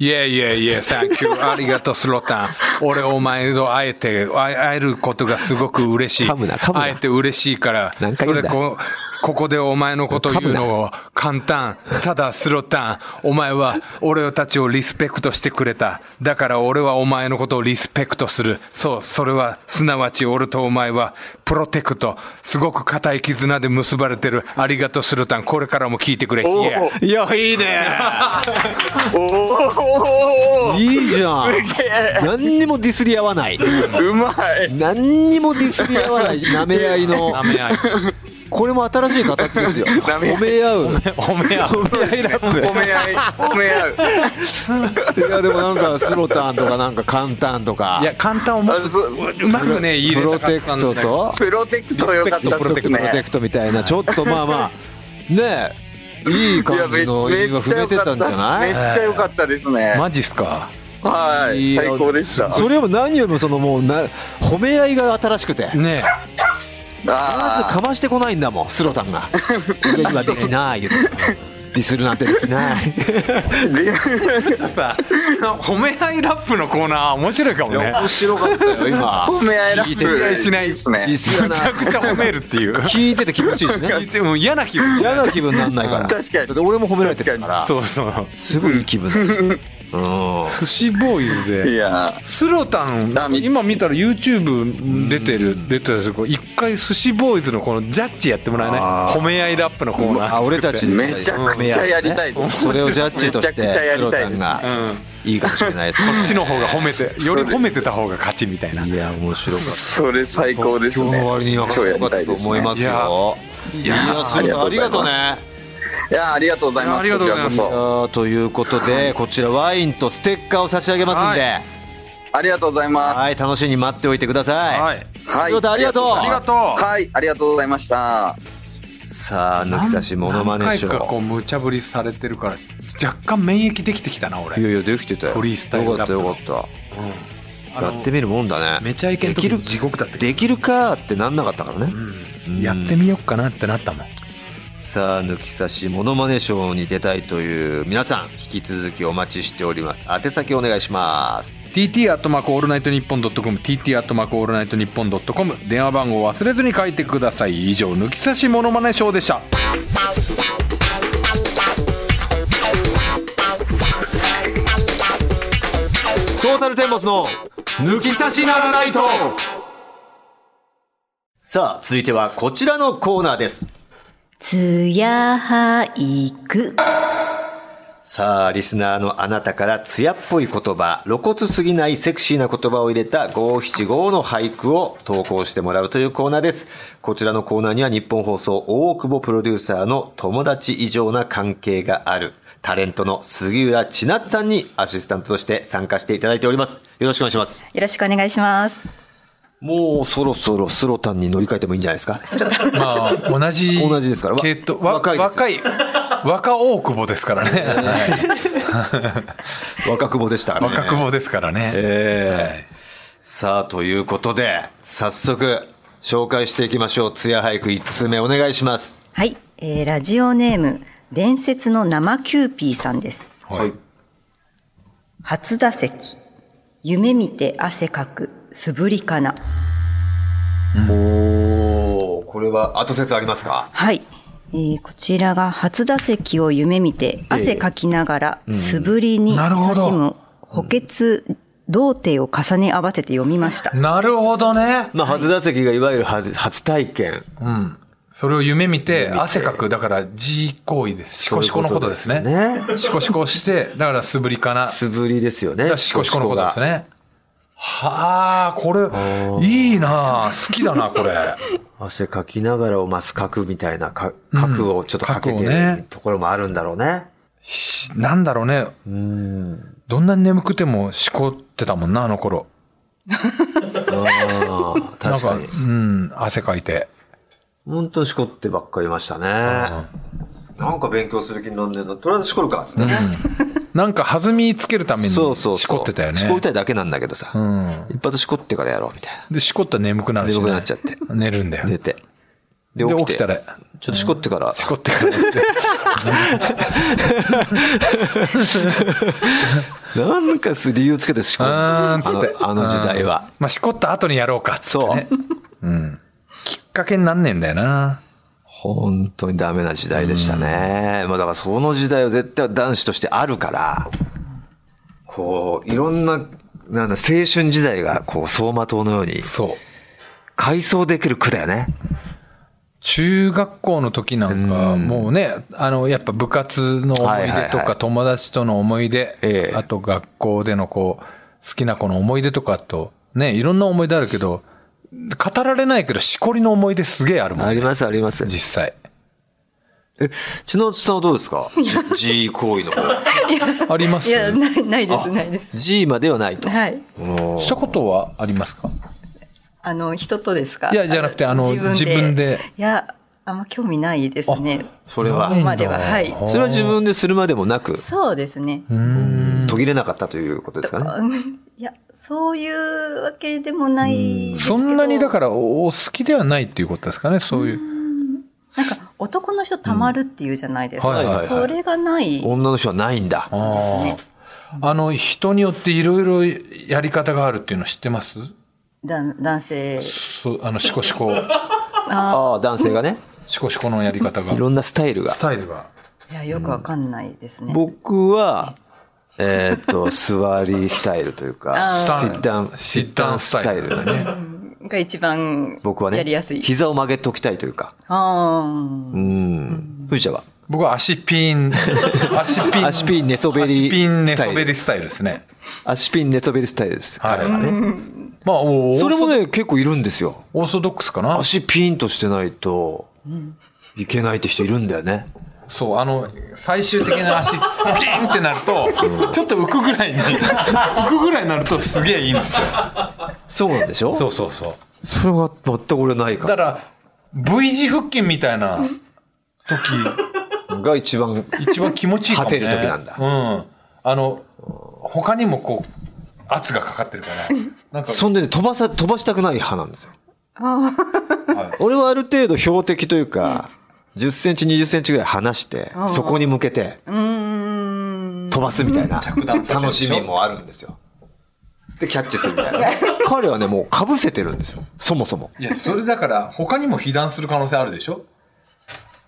いやいやいや、サンキュ ー、ありがとう、スロタン。俺、お前と会えて、会え会えることがすごく嬉しい。
噛むな噛むな
会えて嬉しいから、
何回
そ
言う
れ
んだ
こ、ここでお前のこと言うのを簡単。ただ、スロタン、お前は俺たちをリスペクトしてくれた。だから俺はお前のことをリスペクトする。そう、それは、すなわち俺とお前は、プロテクト。すごく固い絆で結ばれてる。ありがとう、スロタン。これからも聞いてくれ。いや、
いや、いいね。いいじゃん。何にもディスり合わない。
うまい
何にもディスり合わない。舐め合いの。
舐め合い。
これも新しい形 ですよ。
舐め合い
褒め合う。
おめえは
褒め合いラッ
褒め合い、褒め合う。
プ。いや、でもなんか、スロタンとか、なんか、簡単とか
い。や、簡単思
あ
う。
そう
うまくね、入
プロ
れたか
テ
った
ク
んだ
ト
けど
と、
プロテクトよかったっ
プロテ
す
ク
ね。
トみたいな、ちょっとまあまあ、ねえ、いい
いや
感
め
じの意味
め
が
っ
踏
ちゃ
め
良
て
か
た
っ
んじ
た
ゃ
っす。
ない
めっちゃ良かったですね。
マジっすか。
はい、最高でした。
それよりも何よりもそのもうな褒め合いが新しくて
ね
まず
あ
かましてこないんだもんスロタン が「俺にはできない」言うてディスるなんてできない
ーで
え。さ、褒め合いラップのコーナー面白いかもね。
白かったよ今
褒め合いラ
聞いてみた
ッ
い
プ
しない
っす
ディ
ね。
スる
む
な
ちゃくちゃ褒めるっていう。
聞いてて気持ちいいですね
もう嫌な気分。
嫌な気分になんないから
確かに
だって俺も褒められてるから
そうそう。
すごいいい気分だ
寿司ボーイズ
い
で。
やー、
スロタン
あ、み
今見たら YouTube 出てる、出てたんですけど、一回寿司ボーイズのこのジャッジやってもらえない
あー
褒め合いラップのコーナ
あ、
ー。
俺たち
めちゃくちゃやりたいです。
それをジャッジとして、
めちゃくちゃや
ス
り
ロ
た
さ
いで
ん
す
う
が
ん。
いいかもしれないです
こっち
ね。
の方が褒めて、より褒めてた方が勝ちみたいな。
いや、面白かった。
それ最高です
今日
ね。
の終わりに分か
超や
る
り
か
た
っ
い
と
です、ね。
思いますよ。いやー、スロさん
あ
あ
り
りが
がと
とう
うご
ね
ざい。いやーありがとうございます。
いやあ
こ
りがと
ち
う
ら
ござい
こ
ます
いや
そ。
ーということで、こちらワインとステッカーを差し上げますんで、
ありがとうございます。
はい、楽しみに待っておいてくださ。
はいい。
はい。
ということでありがとう
ありがとうございます。はい。ありがとうございました。
さあ、抜き差しモノマネショ
何回かこ
ー。
う無茶ぶりされてるから若干免疫できてきたな俺
いやいや、できてたよ。
フリースタイル
よか
ラ
った
ップの
よかった。やってみるもんだね。
めちゃイケの
でき
時
る、
地獄だったけど
できるかーってなんなかったからね。
うんやってみようかなってなったもん
さあ抜き差しモノマネショーに出たいという皆さん引き続きお待ちしております宛先お願いします
TT アットマークオールナイトニッポンドットコム TT アットマークオールナイトニッポンドットコム電話番号忘れずに書いてください以上抜き差しモノマネショーでした
トータルテンボスの抜き差しならないとさあ続いてはこちらのコーナーです
つや俳句。
さあリスナーのあなたから艶っぽい言葉露骨すぎないセクシーな言葉を入れた五七五の俳句を投稿してもらうというコーナーですこちらのコーナーには日本放送大久保プロデューサーの友達以上な関係があるタレントの杉浦千夏さんにアシスタントとして参加していただいておりますよろしくお願いします
よろしくお願いします。
もうそろそろスロタンに乗り換えてもいいんじゃないですか
まあ 同じ
同じですからわ
系統わ
若いです
若い若大久保ですから ね
若久保でした、ね、
若久保ですからね、
ええさあ、ということで、早速、紹介していきましょう。ツヤ俳句1通目お願いします。
はい、えーラジオネーム、伝説の生キューピーさんです。
はい
初打席。夢見て汗かく、素振りかな。
おお、これは後説ありますか
はい。えーこちらが初打席を夢見て汗かきながら素振りに
なるほ
差
ど
しむ補欠童貞を重ね合わせて読みました。
なるほどね
まあ、初打席がいわゆる初初体験。
それを夢見て汗かくだから G 行為ですシコシコのことですね
そういうことです
シコシコしてだから素振りかな
素振りですよね。
シコシコのことです。ねはあこれいいなあ好きだなこれ
汗かきながらをまず書くみたいな、か角をちょっとかけて
角をね
るところもあるんだろうね。
しなんだろうねどんなに眠くてもしこってたもんなあの頃
ああ、
な
確
んか
か
う
に。
ん汗かいて
本当にしこってばっかりいましたね。なんか勉強する気になんねえな。とりあえずしこるか、つってね。
なんか弾みつけるために
そうそうそう。
しこってたよね
しこりたいだけなんだけどさ。
ん
一発しこってからやろうみたい
でしこったら眠くなるしね
眠くなっちゃって
寝るんだよ
な。寝て。で
で起
て
きたら
ちょっとしこってから、
しこってから
なんかす理由つけてしこる。
あ
あ
ーんつって
のあの時代は。
まあ、しこった後にやろうかっつって、
そう
ね。。きっかけになんねえんだよな。
本当にダメな時代でしたね。まあだからその時代は絶対男子としてあるから、こう、いろんな、なんだ、青春時代が、こう、走馬灯のように、
そう。
回想できる句だよね。
中学校の時なんか、もうね、あの、やっぱ部活の思い
はい
出
はい
と
は
か、
い
友達との思い
え
出
え、
あと学校でのこう、好きな子の思い出とかと、ね、いろんな思い出あるけど、語られないけど、しこりの思い出すげえあるも
あ
ん、
り
ね、
ますあります。
実際。
え、千夏さんはどうですか ?G 行為の方。
あります
い
し
や、ない、ないです、ないです。
G まではないと。
はい。
たことはありますか
あの、人とですか
いやじゃなくてあの自分で
いや、あんま興味ないですね。
それ
ここ
は。
までは。はい。
それは自分でするまでもなく、
そうですね。
途切れなかったということですかね。
うんいや、そういうわけでもないですけど。
そんなにだからおお好きではないっていうことですかね、そういう。
なんか男の人たまるっていうじゃないですか。
うんはいはいはい
それがないです
女の人はないんだ。
ね。
あの、人によっていろいろやり方があるっていうの知ってます
だ男性。
そう、あの、シコシ コ、
あ
ああ、男性がね、
シコシコのやり方が
い、ろんなスタイルが
ス。タイルが。
あ、いや、よくわかんないですね。
僕は、えーっと、座りスタイルというか、
あー
sit down-
sit down スタイル
だね。
が一番
僕はね、
やりやすい。
膝を曲げときたいというか。
あ
う
ー
ん。藤田は
僕は足 ピン、足ピン、
足ピン寝そべり
足ピン寝そ
スタ
べ
イ
り
ル
スタイルですね。
足ピン寝そべりスタイルです。
はい
彼はね。
まあ、お
それもね、結構いるんですよ。
オーソドックスかな。
足ピンとしてないと、いけないって人いるんだよね。
そう、あの、最終的な足、ピンってなると、ちょっと浮くぐらいに、浮くぐらいになるとすげえいいんですよ。
そうなんでしょ
そうそうそう。
それは全く俺ないか
だから、V 字腹筋みたいな時、
ら。が一番、
一番気持ちいい かも
果
ね。
てる時なんだ
うん。あの、他にもこう、圧がかかってるから、なんか、
そんでね、飛ばさ、飛ばしたくない派なんですよ。
はい
俺はある程度標的というか、10センチ、20センチぐらい離して、そこに向けて、飛ばすみたいな、
弾させる
楽しみもあるんですよ。で、キャッチするみたいな。彼はね、もう被せてるんですよ。そもそも。
いや、それだから、他にも被弾する可能性あるでしょ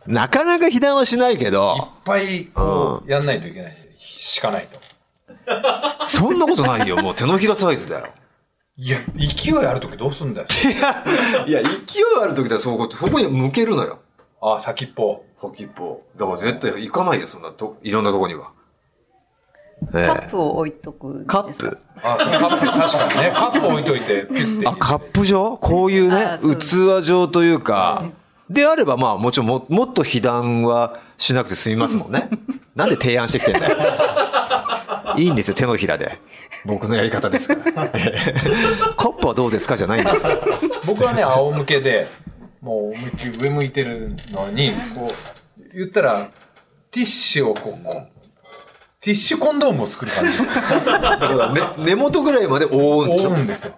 なかなか被弾はしないけ
いっ
ど、
ぱい、こう、やんないといけない。しかないと。
そんなことないよ。もう手のひらサイズだよ。
いや、勢いある時どうす んだよ。
いや、勢いある時だそこ、そこに向けるのよ。
ああ、先っぽ。
先っぽ。だから絶対行かないよ、そんなと、いろんなとこには。
カップを置いとくん
カ
で
ッ
すか
プ
ああ、そのカップ、確かにね。カップ置いといて、ピュッて。
あ、カップ状こういうね
あ、そう
器状というか、であればまあもちろんももっと被弾はしなくて済みますもん ね。なんで提案してきてんだよ。いいんですよ、手のひらで。僕のやり方です から。カップはどうですかじゃないんですよ。
僕はね、仰向けで、もう思いっきり上向いてるのに、こう、言ったら、ティッシュをこう、こうティッシュコンドームを作る感じで す。
だから、ね、根元ぐらいまで覆うんでしょ
覆うんですよ。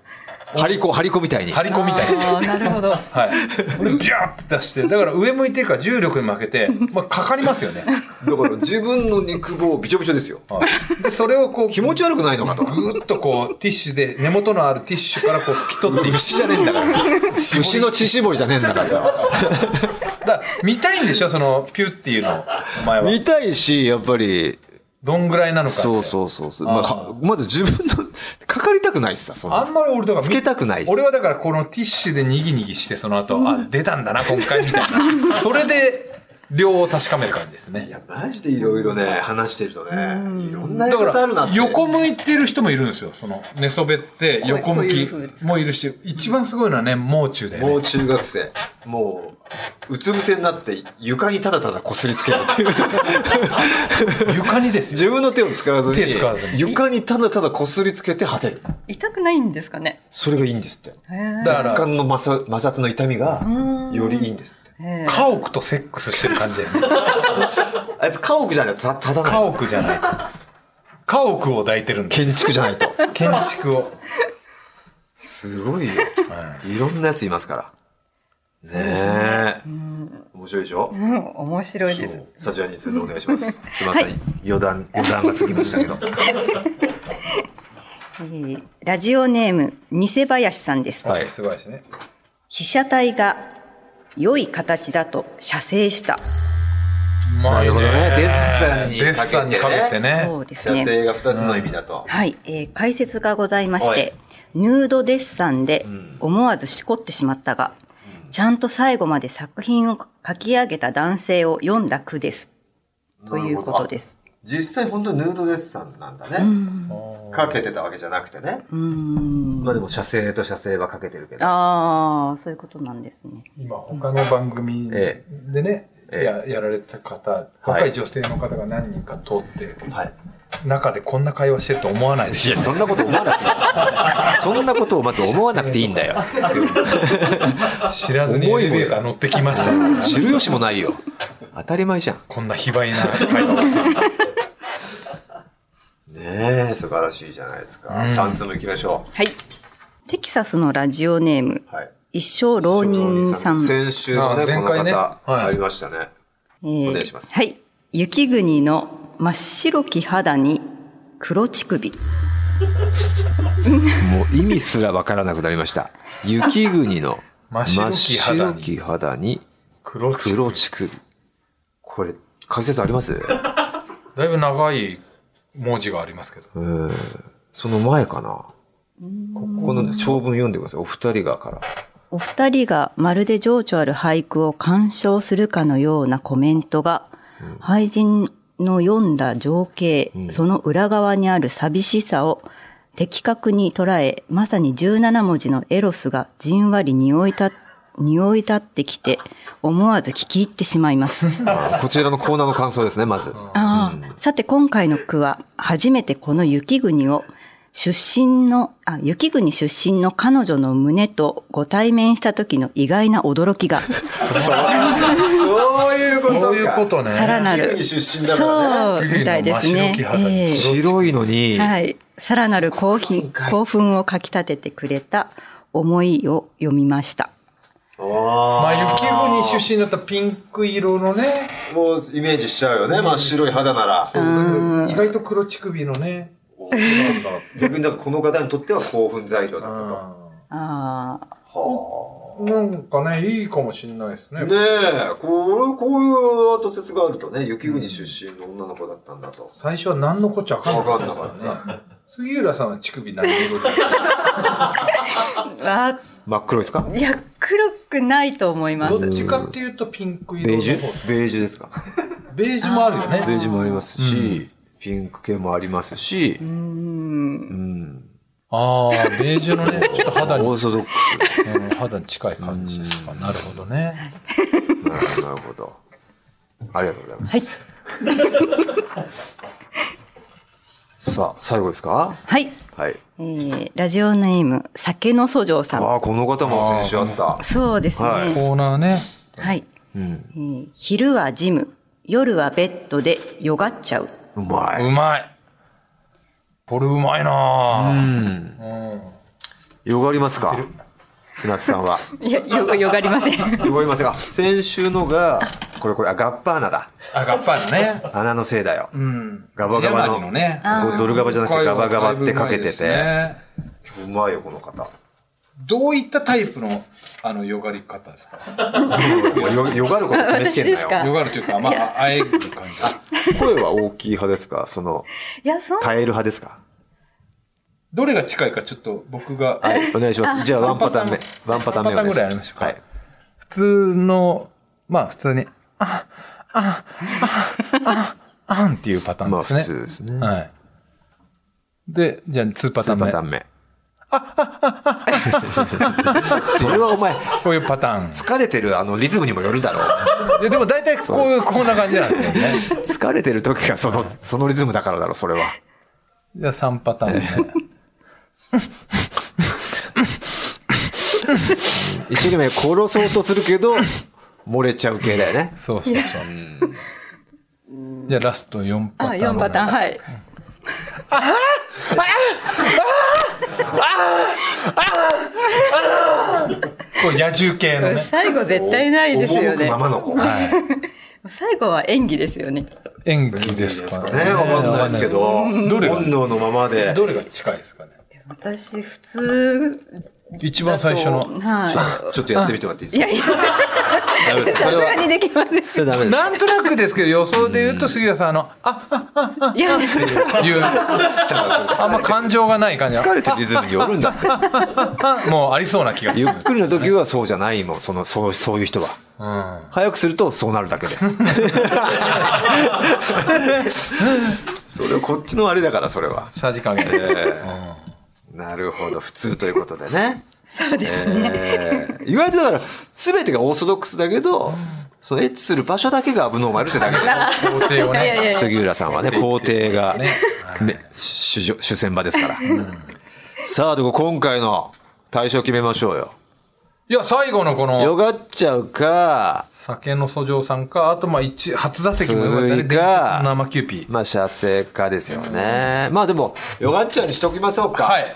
張り子、張り子みたいに。
張り子みたいな。
ああ、なるほど。
はい。で、ビャーって出して、だから上向いてるから重力に負けて、まあ、かかりますよね。
だから自分の肉棒びちょびちょですよ。
はいで、それをこう、
気持ち悪くないのかと。
ぐーっとこう、ティッシュで、根元のあるティッシュからこう、拭き取っていく。
牛じゃねえんだから。 牛の血絞りじゃねえんだからさ。
だから見たいんでしょその、ピュっていうのを、お前は。
見たいし、やっぱり、
どんぐらいなのかって。
そうそうそうそう。まあはまず自分の、かかりたくないしさ、そんな
あ
ん
まり俺とか見
つけたくない
俺はだからこのティッシュでにぎにぎしてその後、あ出たんだな今回みたいなそれで量を確かめる感じですね
マジでいろいろね、話してるとね、いろんな
だ
やり方あるな
か
っ
ら
て。
横向いてる人もいるんですよその寝そべって横向きもいるし一番すごいのはねもう中で、
も
ね、
う中学生。もう、うつ伏せになって床にただただ擦りつけるっていう。
床にですよ
自分の手を使わずに。
手使わずに
床にただただ擦りつけて果てる。
痛くないんですかね。
それがいいんですって。
へー
だか
血
ら
管の摩擦摩擦の痛みが、よりいいんですって。
へー
家屋とセックスしてる感じだよね
あいつ家屋じゃないとた立た
家
ない。
屋じゃない家屋を抱いてるんだ
建築じゃないと。
建築を
すごいよ。いろんなやついますから。ねえ。面白いでしょ
うん、面白いです。
スタジオにするお願いします。すいません。余談、余談が過ぎましたけど。
えーラジオネーム、偽林さんです。
はいすごいですね
被写体が良い形だと写生した。
うまいね
デッサンに
デッサンにかけてね
そうです
写
ね。
生が二つの意味だと。
はい、えー解説がございまして、ヌードデッサンで思わずしこってしまったが、ちゃんと最後まで作品を書き上げた男性を読んだ句です。ということです。
実際本当にヌードデッサンなんだね。かけてたわけじゃなくてね。まあでも写生と写生はかけてるけど。
ああ、そういうことなんですね。
今他の番組で
え
ね、
ええ
ややられた方若い女性の方が何人か通って、
はい。
中でこんな会話してると思わないで
い
しょ
や、そんなこと思わなくてい い。そんなことをまず思わなくていいんだよ。
知らずにエ
思い
レ
も
ベーター乗ってきましたね
知る由もないよ。当たり前じゃん。
こんな卑猥な会話をしてる
ねえ、素晴らしいじゃないですか。三3つも行きましょ
はい。テキサスのラジオネーム、
う。はい。
一生浪人さん。
先週のね、
あ前
この
回ね
方、
はい
ありましたね。
えー
お願いします
はい。雪国の真っ白き肌に黒乳首。
もう意味すらわからなくなりました。雪国の
真っ白
真っ白き
き肌に
肌に
黒く
黒乳首。これ、解説あります
だいぶ長い
文字がありますけど。
その前かな。ここの長文読んでください。お二人がから。
お二人がまるで情緒ある俳句を鑑賞するかのようなコメントが、俳人の読んだ情景、その裏側にある寂しさを的確に捉え、まさに17文字のエロスがじんわり匂いた匂い立ってきて、思わず聞き入ってしまいます。
こちらのコーナーの感想ですね、まず。
ああ、さて今回の句は、初めてこの雪国を、出身の、あ、雪国出身の彼女の胸とご対面した時の意外な 驚きが、
そういうこ
そういうことね。
さらなる、
出
そう、みたいですね。
雪国の真白き肌に
ええ
白いのに、
はい。さらなる興奮、興奮をかき立ててくれた思いを読みました。
まあ、雪国出身だったらピンク色のね、
もうイメージしちゃうよね、真っ白い肌なら。
意外と黒乳首のね、
逆にだからこの方にとっては興奮材料だったと。
ああ、
なんかね、いいかもしれないですね。
ねえ、こうこういう後説があるとね、雪国出身の女の子だったんだと。
最初は何のこっちゃ分かんなかったです
わかんな
からね。杉浦さんは乳首何色ですか
あ
真っ黒いですか
いや、黒くないと思いま
ど
す
っ。ちかっていうとピンク色
ベー
の
ジ
方
ュベージュですか
ベージュもあるよね。
ベージュもありますし、ピンク系もありますし、
うーん。
ああ、ベージ ュのね、ちょっと肌に、
オーソドックス。
うん肌に近い感じですか。なるほどね。
なるほどなるほど。ありがとうございます。
はい。
さあ、最後ですか
はい。
はい。
えー、ラジオネーム、酒の訴状さん。
ああ、この方も先週あった。
そうですね。
は
はい。
コーナーね。
えー昼はジム、夜はベッドでよがっちゃう。
うま
う
い。
まい。これうまいな
よがりますか船津さんは。
いや、よ、よがりません。
よがりますが、先週のが、これこれ、あ、ガッパーナだ。
あ、ガッパーね。
穴のせいだよ。
うん。
ガバガバの
字余りのね
こうドルガバじゃなくてガバガバってかけて
これはだいぶうまい
て。
ね
うまいよ、この 方。
どういったタイプの、あの、よがり方ですか
よよがること決めつけんな
私です
よ。
か
よがるというか、まあ、あえぐ感じ。
声は大きい派ですかその、
いや、そん
耐える派ですか
どれが近いかちょっと僕が、
はい、お願いします。じゃあ、ワンパターン目。ワンパターン目お
ワンパターン
願いします。
ぐらいありましたか
はい。
普通の、まあ普通に、あ、あ、あ、あ、あんっていうパターン
まあ、
です
普
ね。
通ですね。
はい。で、じゃあ2パターン目。
2パターン目。 それはお前、
こういうパターン。
疲れてるあのリズムにもよるだろ
いやでも大体こういう、こんな感じなんですよね。
う。疲れてる時がその、そのリズムだからだろう、それは。
じゃあ3パターンね。
一生懸命殺そうとするけど、漏れちゃう系だよね。
そうそうそう。じゃあラスト4パ
あ、
ターン。
4パターン、はい。
これ野獣系のね。
最後絶対ないですよ
赴く
ね
ま。まの子。ね、
最後は演技ですよね。
演技ですかね。
わかんないですけど、本能のままで。
どれが近いですかね。
私、普通
一番最初の。
は
ちょっとやってみてもらっていい
い。い
です
やいや、
かダメです。そ
さ
れ
すが
は、
にできません。
それダメです。
なんとなくですけど予想で言うと杉浦さんあの、あ、
いや、
いう、あんま感情がない感じ
疲れてるリズムによるんだって。
もうありそうな気がす
ゆ
る
っ。くりの時はそうじゃないもん、その、そう、そういう人は。早くするとそうなるだけで。それはこっちのあれだから、それは。
さじ加減で。
なるほど、普通ということでね。
そうですね。
えー意外とだから、すべてがオーソドックスだけど、そのエッチする場所だけがアブノーマルってだけ で、
工程を
いや
ね。
いやいや。
杉浦さんはね、皇帝が、ね、主女主戦場ですから。さあ、でも今回の対象決めましょうよ。
いや、最後のこ
よ
の、
がっちゃうか、
酒の訴状さんか、あとまあ一、初座席もよかった
鈴
ね。
井
伝
が
説の生キューピー。
まあ、射精かですよね。まあでも、ヨガッチャにしときましょうか。
はい。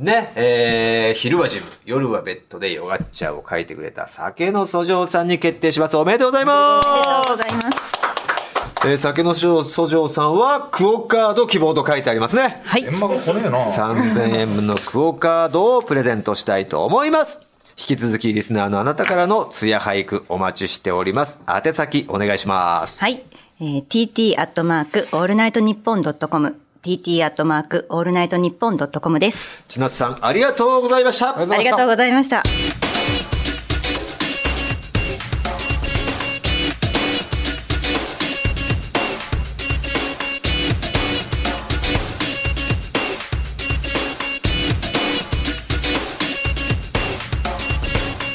ね、えー、昼はジム、夜はベッドでヨガッチャを書いてくれた酒の訴状さんに決定します。おめでとうございま
ありがとうご
す
ざいます。
えー、酒の訴状訴状さんは、クオカード希望と書いてありますね。
はい。
円幕こねえな。
3000円分のクオカードをプレゼントしたいと思います。引き続きリスナーのあなたからのツヤ俳句お待ちしております。宛先お願いします。
はい。えー、tt アットマークオールナイトニッポンドットコム tt アットマークオールナイトニッポンドットコムです。
千夏さん、ありがとうございました。
ありがとうございました。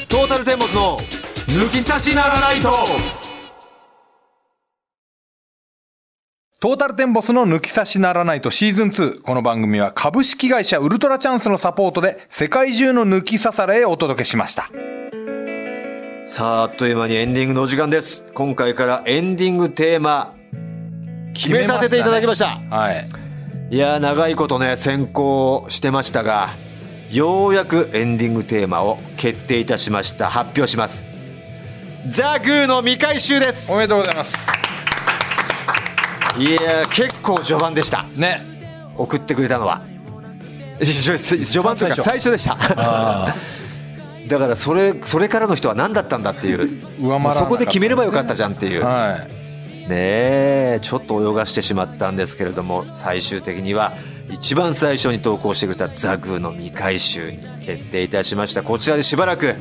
トータルテンボスの抜き差しならないと。
トータルテンボスの抜き差しならないとシーズン2。この番組は株式会社ウルトラチャンスのサポートで世界中の抜き差されへお届けしました。
さあ、あっという間にエンディングのお時間です。今回からエンディングテーマ、決めさせていただきました。
はい。
いやー、長いことね、先行してましたが、ようやくエンディングテーマを決定いたしました。発表します。ザ・グーの未回収です。
おめでとうございます。
いやー、結構序盤でした。
ね。
送ってくれた のは序序盤というか最初でしただからそれそれからの人は何だったんだっていう
上回らなかった
そこで決めればよかったじゃんっていう、
は
ねえちょっと泳がしてしまったんですけれども最終的には一番最初に投稿してくれたザグーの未回収に決定いたしましたこちらでしばらく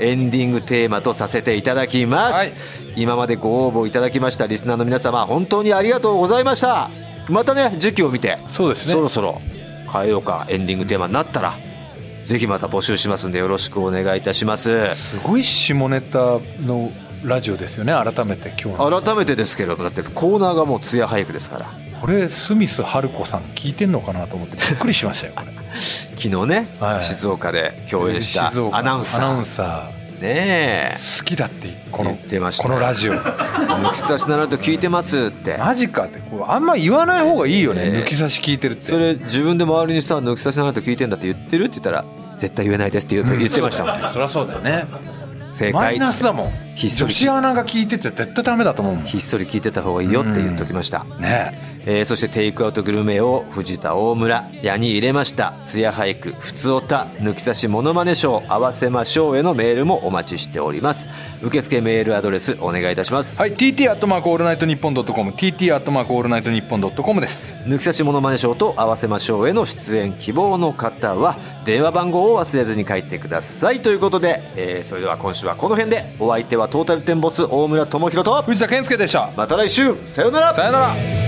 エンディングテーマとさせていただきます、
はい
今までご応募いただきましたリスナーの皆様本当にありがとうございましたまたね時期を見て
そうですね
そろそろ変えようかエンディングテーマになったら、ぜひまた募集しますんでよろしくお願いいたします
すごい下ネタのラジオですよね。改めて今日の。
改めてですけれどもだってコーナーがもうツヤ俳句ですから
これスミス春子さん聞いてんのかなと思ってびっくりしましたよ。これ
昨日ね、
はい
静岡で共演した
静岡
アナウンサ
アナ
ー
ウンサー
ねえ
好きだってこの
言ってました
このラジオ。
「抜き差しならと聞いてます」って
マジかってこうあんま言わない方がいいよね、
ええ
抜き差し聞いてるって
それ自分で周りにさ「抜き差しならと聞いてんだ」って言ってるって言ったら「絶対言えないです」って言う言ってましたもん
そりゃそうだよね
正
マ
解
イナスだもん
ひっそ
女
り
子アナが聞いてて絶対ダメだと思うもん
ひっそり聞いてた方がいいよって言っときました、
ね
えーそしてテイクアウトグルメを藤田大村矢に入れました「艶俳句ふつおた抜き差しモノマネショー合わせましょう」へのメールもお待ちしております受付メールアドレスお願いいたします、
はい、tt アットマークオールナイトニッポンドットコム、tt アットマークオールナイトニッポンドットコムです。
抜き差しモノマネショーと合わせましょうへの出演希望の方は電話番号を忘れずに書いてくださいということで、えーそれでは今週はこの辺でお相手はトータルテンボス大村智広と
藤田健介でした。
また来週さようなら
さよなら。